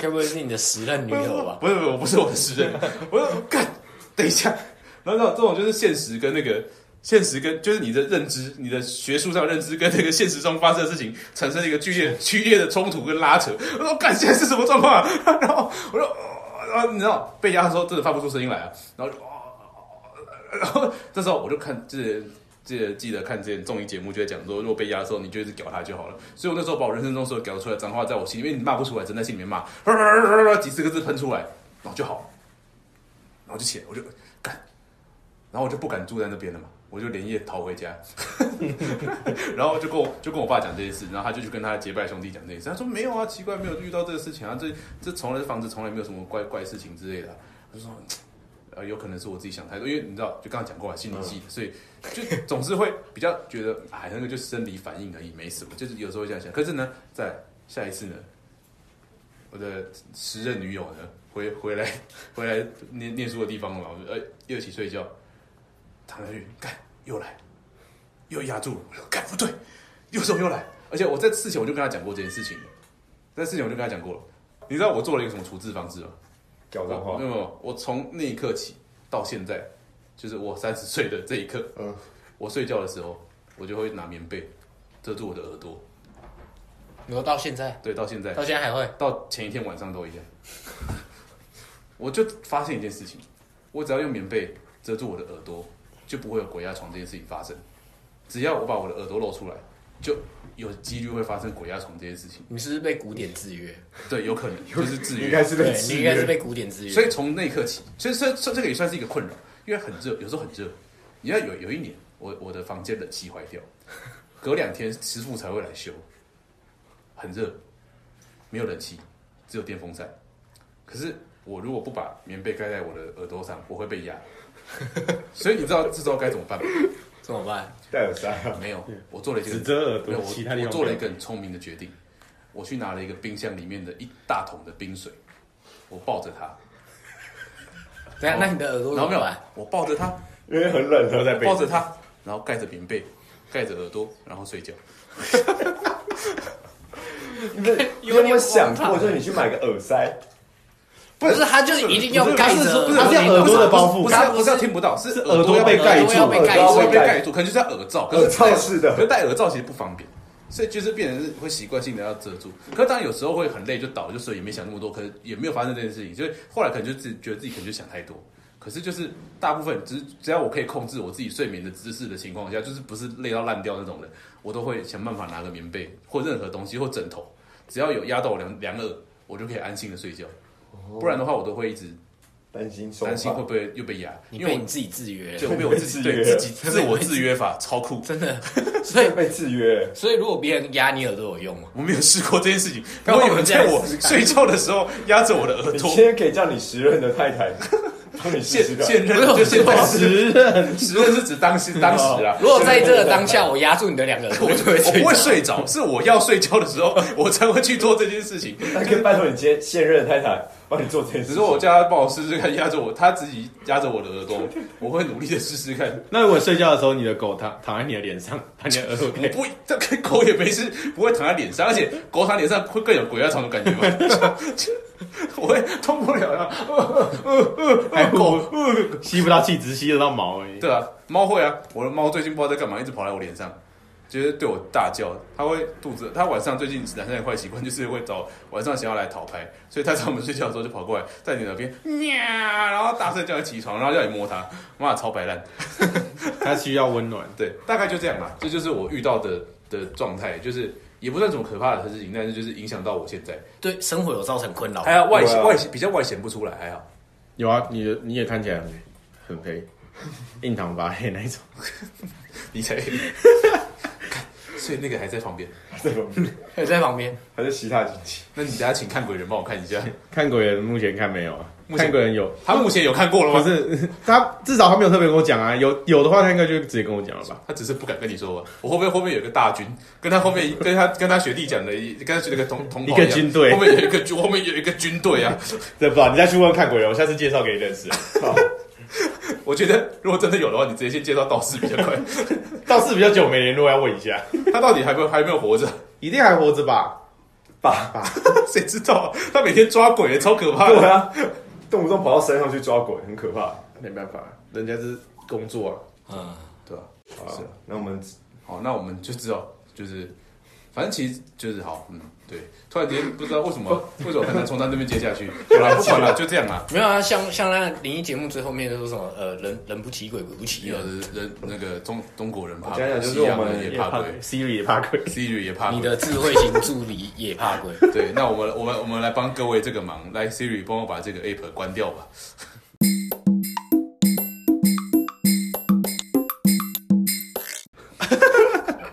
Speaker 3: 该不会是你的时任女友吧？
Speaker 1: 不是不是，我不是我的时 任，我说干，等一下，然后这种这种就是现实跟那个现实跟就是你的认知，你的学术上认知跟那个现实中发生的事情产 生了一个剧烈剧烈的冲突跟拉扯。我说干，现在是什么状况、啊？然后我说。哦啊，你知道贝加他说真的发不出声音来啊，然后就哦，然后这时候我就看这记得记得看之前综艺节目就在讲说，如果被压的时候你就一直屌他就好了。所以我那时候把我人生中所有屌出来的脏话，在我心里，因为你骂不出来，只能在心里面骂，几十个字喷出来，然后就好了，然后就起来，我就干，然后我就不敢住在那边了嘛。我就连夜逃回家， 然后就跟我就跟我爸讲这件事，然后他就去跟他的结拜兄弟讲这件事。他说没有啊，奇怪，没有遇到这个事情啊，这这从来房子从来没有什么怪怪事情之类的啊、他就说，呃，有可能是我自己想太多，因为你知道，就刚刚讲过啊，心理系的，所以就总是会比较觉得，哎，那个就是生理反应而已，没什么，就是有时候会这样想。可是呢，在下一次呢，我的时任女友呢回回来回来念念书的地方了嘛，我就呃又起睡觉，躺下去，干又来，又压住了，我说干不对，右手又来，而且我在事前我就跟他讲过这件事情了，在事前我就跟他讲过了，你知道我做了一个什么处置方式吗？
Speaker 4: 讲脏话
Speaker 1: 没，有，没有我从那一刻起到现在，就是我三十岁的这一刻，
Speaker 4: 嗯
Speaker 1: 我睡觉的时候，我就会拿棉被遮住我的耳朵。
Speaker 3: 你说到现在，
Speaker 1: 对，到现在
Speaker 3: 到，现在还会，
Speaker 1: 到前一天晚上都一样。 我就发现一件事情，我只要用棉被遮住我的耳朵，就不会有鬼压床这件事情发生。只要我把我的耳朵露出来，就有几率会发生鬼压床这件事情。
Speaker 3: 你是不是被古典制约？
Speaker 1: 对，有可能就是制约
Speaker 4: 应。该是被
Speaker 3: 对，
Speaker 4: 制
Speaker 3: 你应该是
Speaker 4: 约。
Speaker 3: 被古典制约。
Speaker 1: 所以从那一刻起，所以这这这个也算是一个困扰，因为很热，有时候很热。你要有有一年，我我的房间冷气坏掉，隔两天师傅才会来修。很热，没有冷气，只有电风扇。可是我如果不把棉被盖在我的耳朵上，我会被压。所以你知道这时候该怎么办吗？
Speaker 3: 怎么办？
Speaker 4: 戴耳塞啊，
Speaker 1: 没有，我做了一件
Speaker 2: 只遮耳
Speaker 1: 没
Speaker 2: 朵
Speaker 1: 有
Speaker 2: 其他地
Speaker 1: 我我
Speaker 2: 方
Speaker 1: 做了一个很聪明的决定，我去拿了一个冰箱里面的一大桶的冰水，我抱着它，
Speaker 3: 等一下，那你的耳朵
Speaker 1: 然后
Speaker 3: 怎么啊
Speaker 1: 没有
Speaker 3: 办？，
Speaker 1: 我抱着它，
Speaker 4: 因为很冷的时候在被
Speaker 1: 抱着它，然后盖着棉被，盖着耳朵，然后睡觉。
Speaker 4: 你们你有没有想 过，就是你去买个耳塞，
Speaker 3: 不是，他就一定要盖
Speaker 2: 不是
Speaker 3: 着，
Speaker 2: 不是
Speaker 3: 他
Speaker 2: 不是耳朵的包覆
Speaker 1: 不是
Speaker 3: 他
Speaker 1: 要不是要听不到，是
Speaker 2: 耳朵
Speaker 1: 要
Speaker 2: 被盖
Speaker 3: 耳
Speaker 2: 住
Speaker 3: 朵要被
Speaker 4: 耳
Speaker 3: 盖
Speaker 4: 朵
Speaker 1: 会
Speaker 4: 要
Speaker 3: 住
Speaker 1: 被。盖住，可能就是要耳罩，可是
Speaker 4: 耳罩式的
Speaker 1: 可是戴耳罩其实不方便，所以就是变成是会习惯性的要遮住。可是当然有时候会很累就倒，就所以也没想那么多，可是也没有发生这件事情，所以后来可能就自己觉得自己可能就想太多。可是就是大部分只只要我可以控制我自己睡眠的姿势的情况下，就是不是累到烂掉那种的，我都会想办法拿个棉被或任何东西或枕头，只要有压到我两两耳，我就可以安心的睡觉。不然的话，我都会一直
Speaker 4: 担心受
Speaker 1: 担心会
Speaker 4: 伤。
Speaker 1: 不会又被压，
Speaker 3: 你
Speaker 1: 因为
Speaker 3: 被
Speaker 1: 我
Speaker 3: 你自己制约
Speaker 1: 对，
Speaker 3: 了，
Speaker 1: 我被我自己对自己自我制约法超酷，
Speaker 3: 真的。所以，
Speaker 4: 被制约，
Speaker 3: 所以如果别人压你耳朵有用吗？
Speaker 1: 我没有试过这件事情。
Speaker 3: 那
Speaker 1: 然
Speaker 3: 我
Speaker 1: 后
Speaker 3: 们
Speaker 1: 有人在我睡觉的时候压着我的耳
Speaker 4: 你
Speaker 1: 朵
Speaker 4: 今，天可以叫你时任的太 太帮你试
Speaker 1: 现
Speaker 4: 试看。
Speaker 1: 现任就
Speaker 3: 不是
Speaker 1: 现在
Speaker 3: 我
Speaker 1: 时
Speaker 2: 时任
Speaker 1: 时任是指当时当时啊，
Speaker 3: 如果在这个当下，我压住你的两个耳朵，
Speaker 1: 我
Speaker 3: 就会
Speaker 1: 我不会。
Speaker 3: 睡着
Speaker 1: 睡着，是我要睡觉的时候我才会去做这件事情。
Speaker 4: 那可以拜托你今天现任的太太帮你做这件事。
Speaker 1: 只是我叫他帮我试试看压着我，他自己压着我的耳朵，我会努力的试试看。
Speaker 2: 那如果睡觉的时候，你的狗躺躺在你的脸上，把你的耳朵
Speaker 1: 我
Speaker 2: 给
Speaker 1: 不，这跟狗也没事，不会躺在脸上，而且狗躺脸上会更有鬼压床的感觉 嘛。我会痛不了啊，呃呃呃
Speaker 2: 还
Speaker 1: 呃，
Speaker 2: 不
Speaker 1: 狗，呃
Speaker 2: 吸不到气，只吸得到毛而已。
Speaker 1: 对啊，猫会啊，我的猫最近不知道在干嘛，一直跑来我脸上，就是对我大叫。它会肚子，它晚上最近养成一个坏习惯，就是会找晚上想要来讨拍，所以它在我们睡觉的时候就跑过来，在你耳边喵，然后大声叫你起床，然后叫你摸它，妈的超白烂。
Speaker 2: 它需要温暖。
Speaker 1: 对，大概就这样啦。这就是我遇到的的状态，就是也不算什么可怕的事情，但是就是影响到我现在。
Speaker 3: 对生活有造成困扰。
Speaker 1: 还好外
Speaker 4: 对啊
Speaker 1: 外比较外显不出来，还好。
Speaker 2: 有啊，你的你也看起来很很黑，印堂发黑那一种。
Speaker 1: 你 才，看所以那个还在旁边。
Speaker 4: 这种
Speaker 3: 还在旁边，
Speaker 4: 还是其他经济，
Speaker 1: 那你等下请看鬼人帮我看一下，
Speaker 2: 看鬼人目前看没有啊？
Speaker 1: 目前
Speaker 2: 看鬼人有，
Speaker 1: 他目前有看过了
Speaker 2: 不
Speaker 1: 吗？
Speaker 2: 是 他至少他没有特别跟我讲啊。有有的话，他应该就直接跟我讲了吧？
Speaker 1: 他只是不敢跟你说吧。我后面后面有个大军，跟他后面 跟他跟他学弟讲的一，跟他学那个同同袍样
Speaker 2: 一个军队
Speaker 1: 后面有一个军，后面有一个军队啊。
Speaker 2: 对吧？你再去问看鬼人，我下次介绍给你认识。啊
Speaker 1: 我觉得如果真的有的话，你直接先介绍道士比较快。
Speaker 2: 倒是比较久没联络，要问一下，
Speaker 1: 他到底还没有还没有活着？
Speaker 2: 一定还活着吧？
Speaker 4: 爸爸，
Speaker 1: 谁知道啊？他每天抓鬼，超可怕
Speaker 4: 对
Speaker 1: 的。
Speaker 4: 啊，动不动跑到山上去抓鬼，很可怕。啊
Speaker 2: 没办法，人家是工作啊。
Speaker 3: 嗯，
Speaker 1: 对吧？
Speaker 4: 好啊，那我们
Speaker 1: 好，那我们就知道，就是反正其实就是好，嗯，对。突然间不知道为什么， 为什么很难从他那边接下去。好了，不管了，就这样啦。
Speaker 3: 没有啊，像像那灵异节目最后面就说什么呃，人人不奇鬼鬼不奇
Speaker 1: 有
Speaker 3: 人
Speaker 1: 的，人那个中中国人怕
Speaker 4: 讲讲
Speaker 1: 鬼，
Speaker 4: 就是
Speaker 1: 西洋
Speaker 4: 我们
Speaker 1: 人也
Speaker 2: 也
Speaker 1: 怕
Speaker 2: 怕
Speaker 1: 鬼
Speaker 2: 鬼，Siri 也怕鬼。
Speaker 1: ，Siri 也怕
Speaker 3: 你
Speaker 1: 鬼。
Speaker 3: 的智慧型助理也怕鬼。
Speaker 1: 对，那我们我们我们来帮各位这个忙，来 Siri 帮我把这个 app 关掉吧。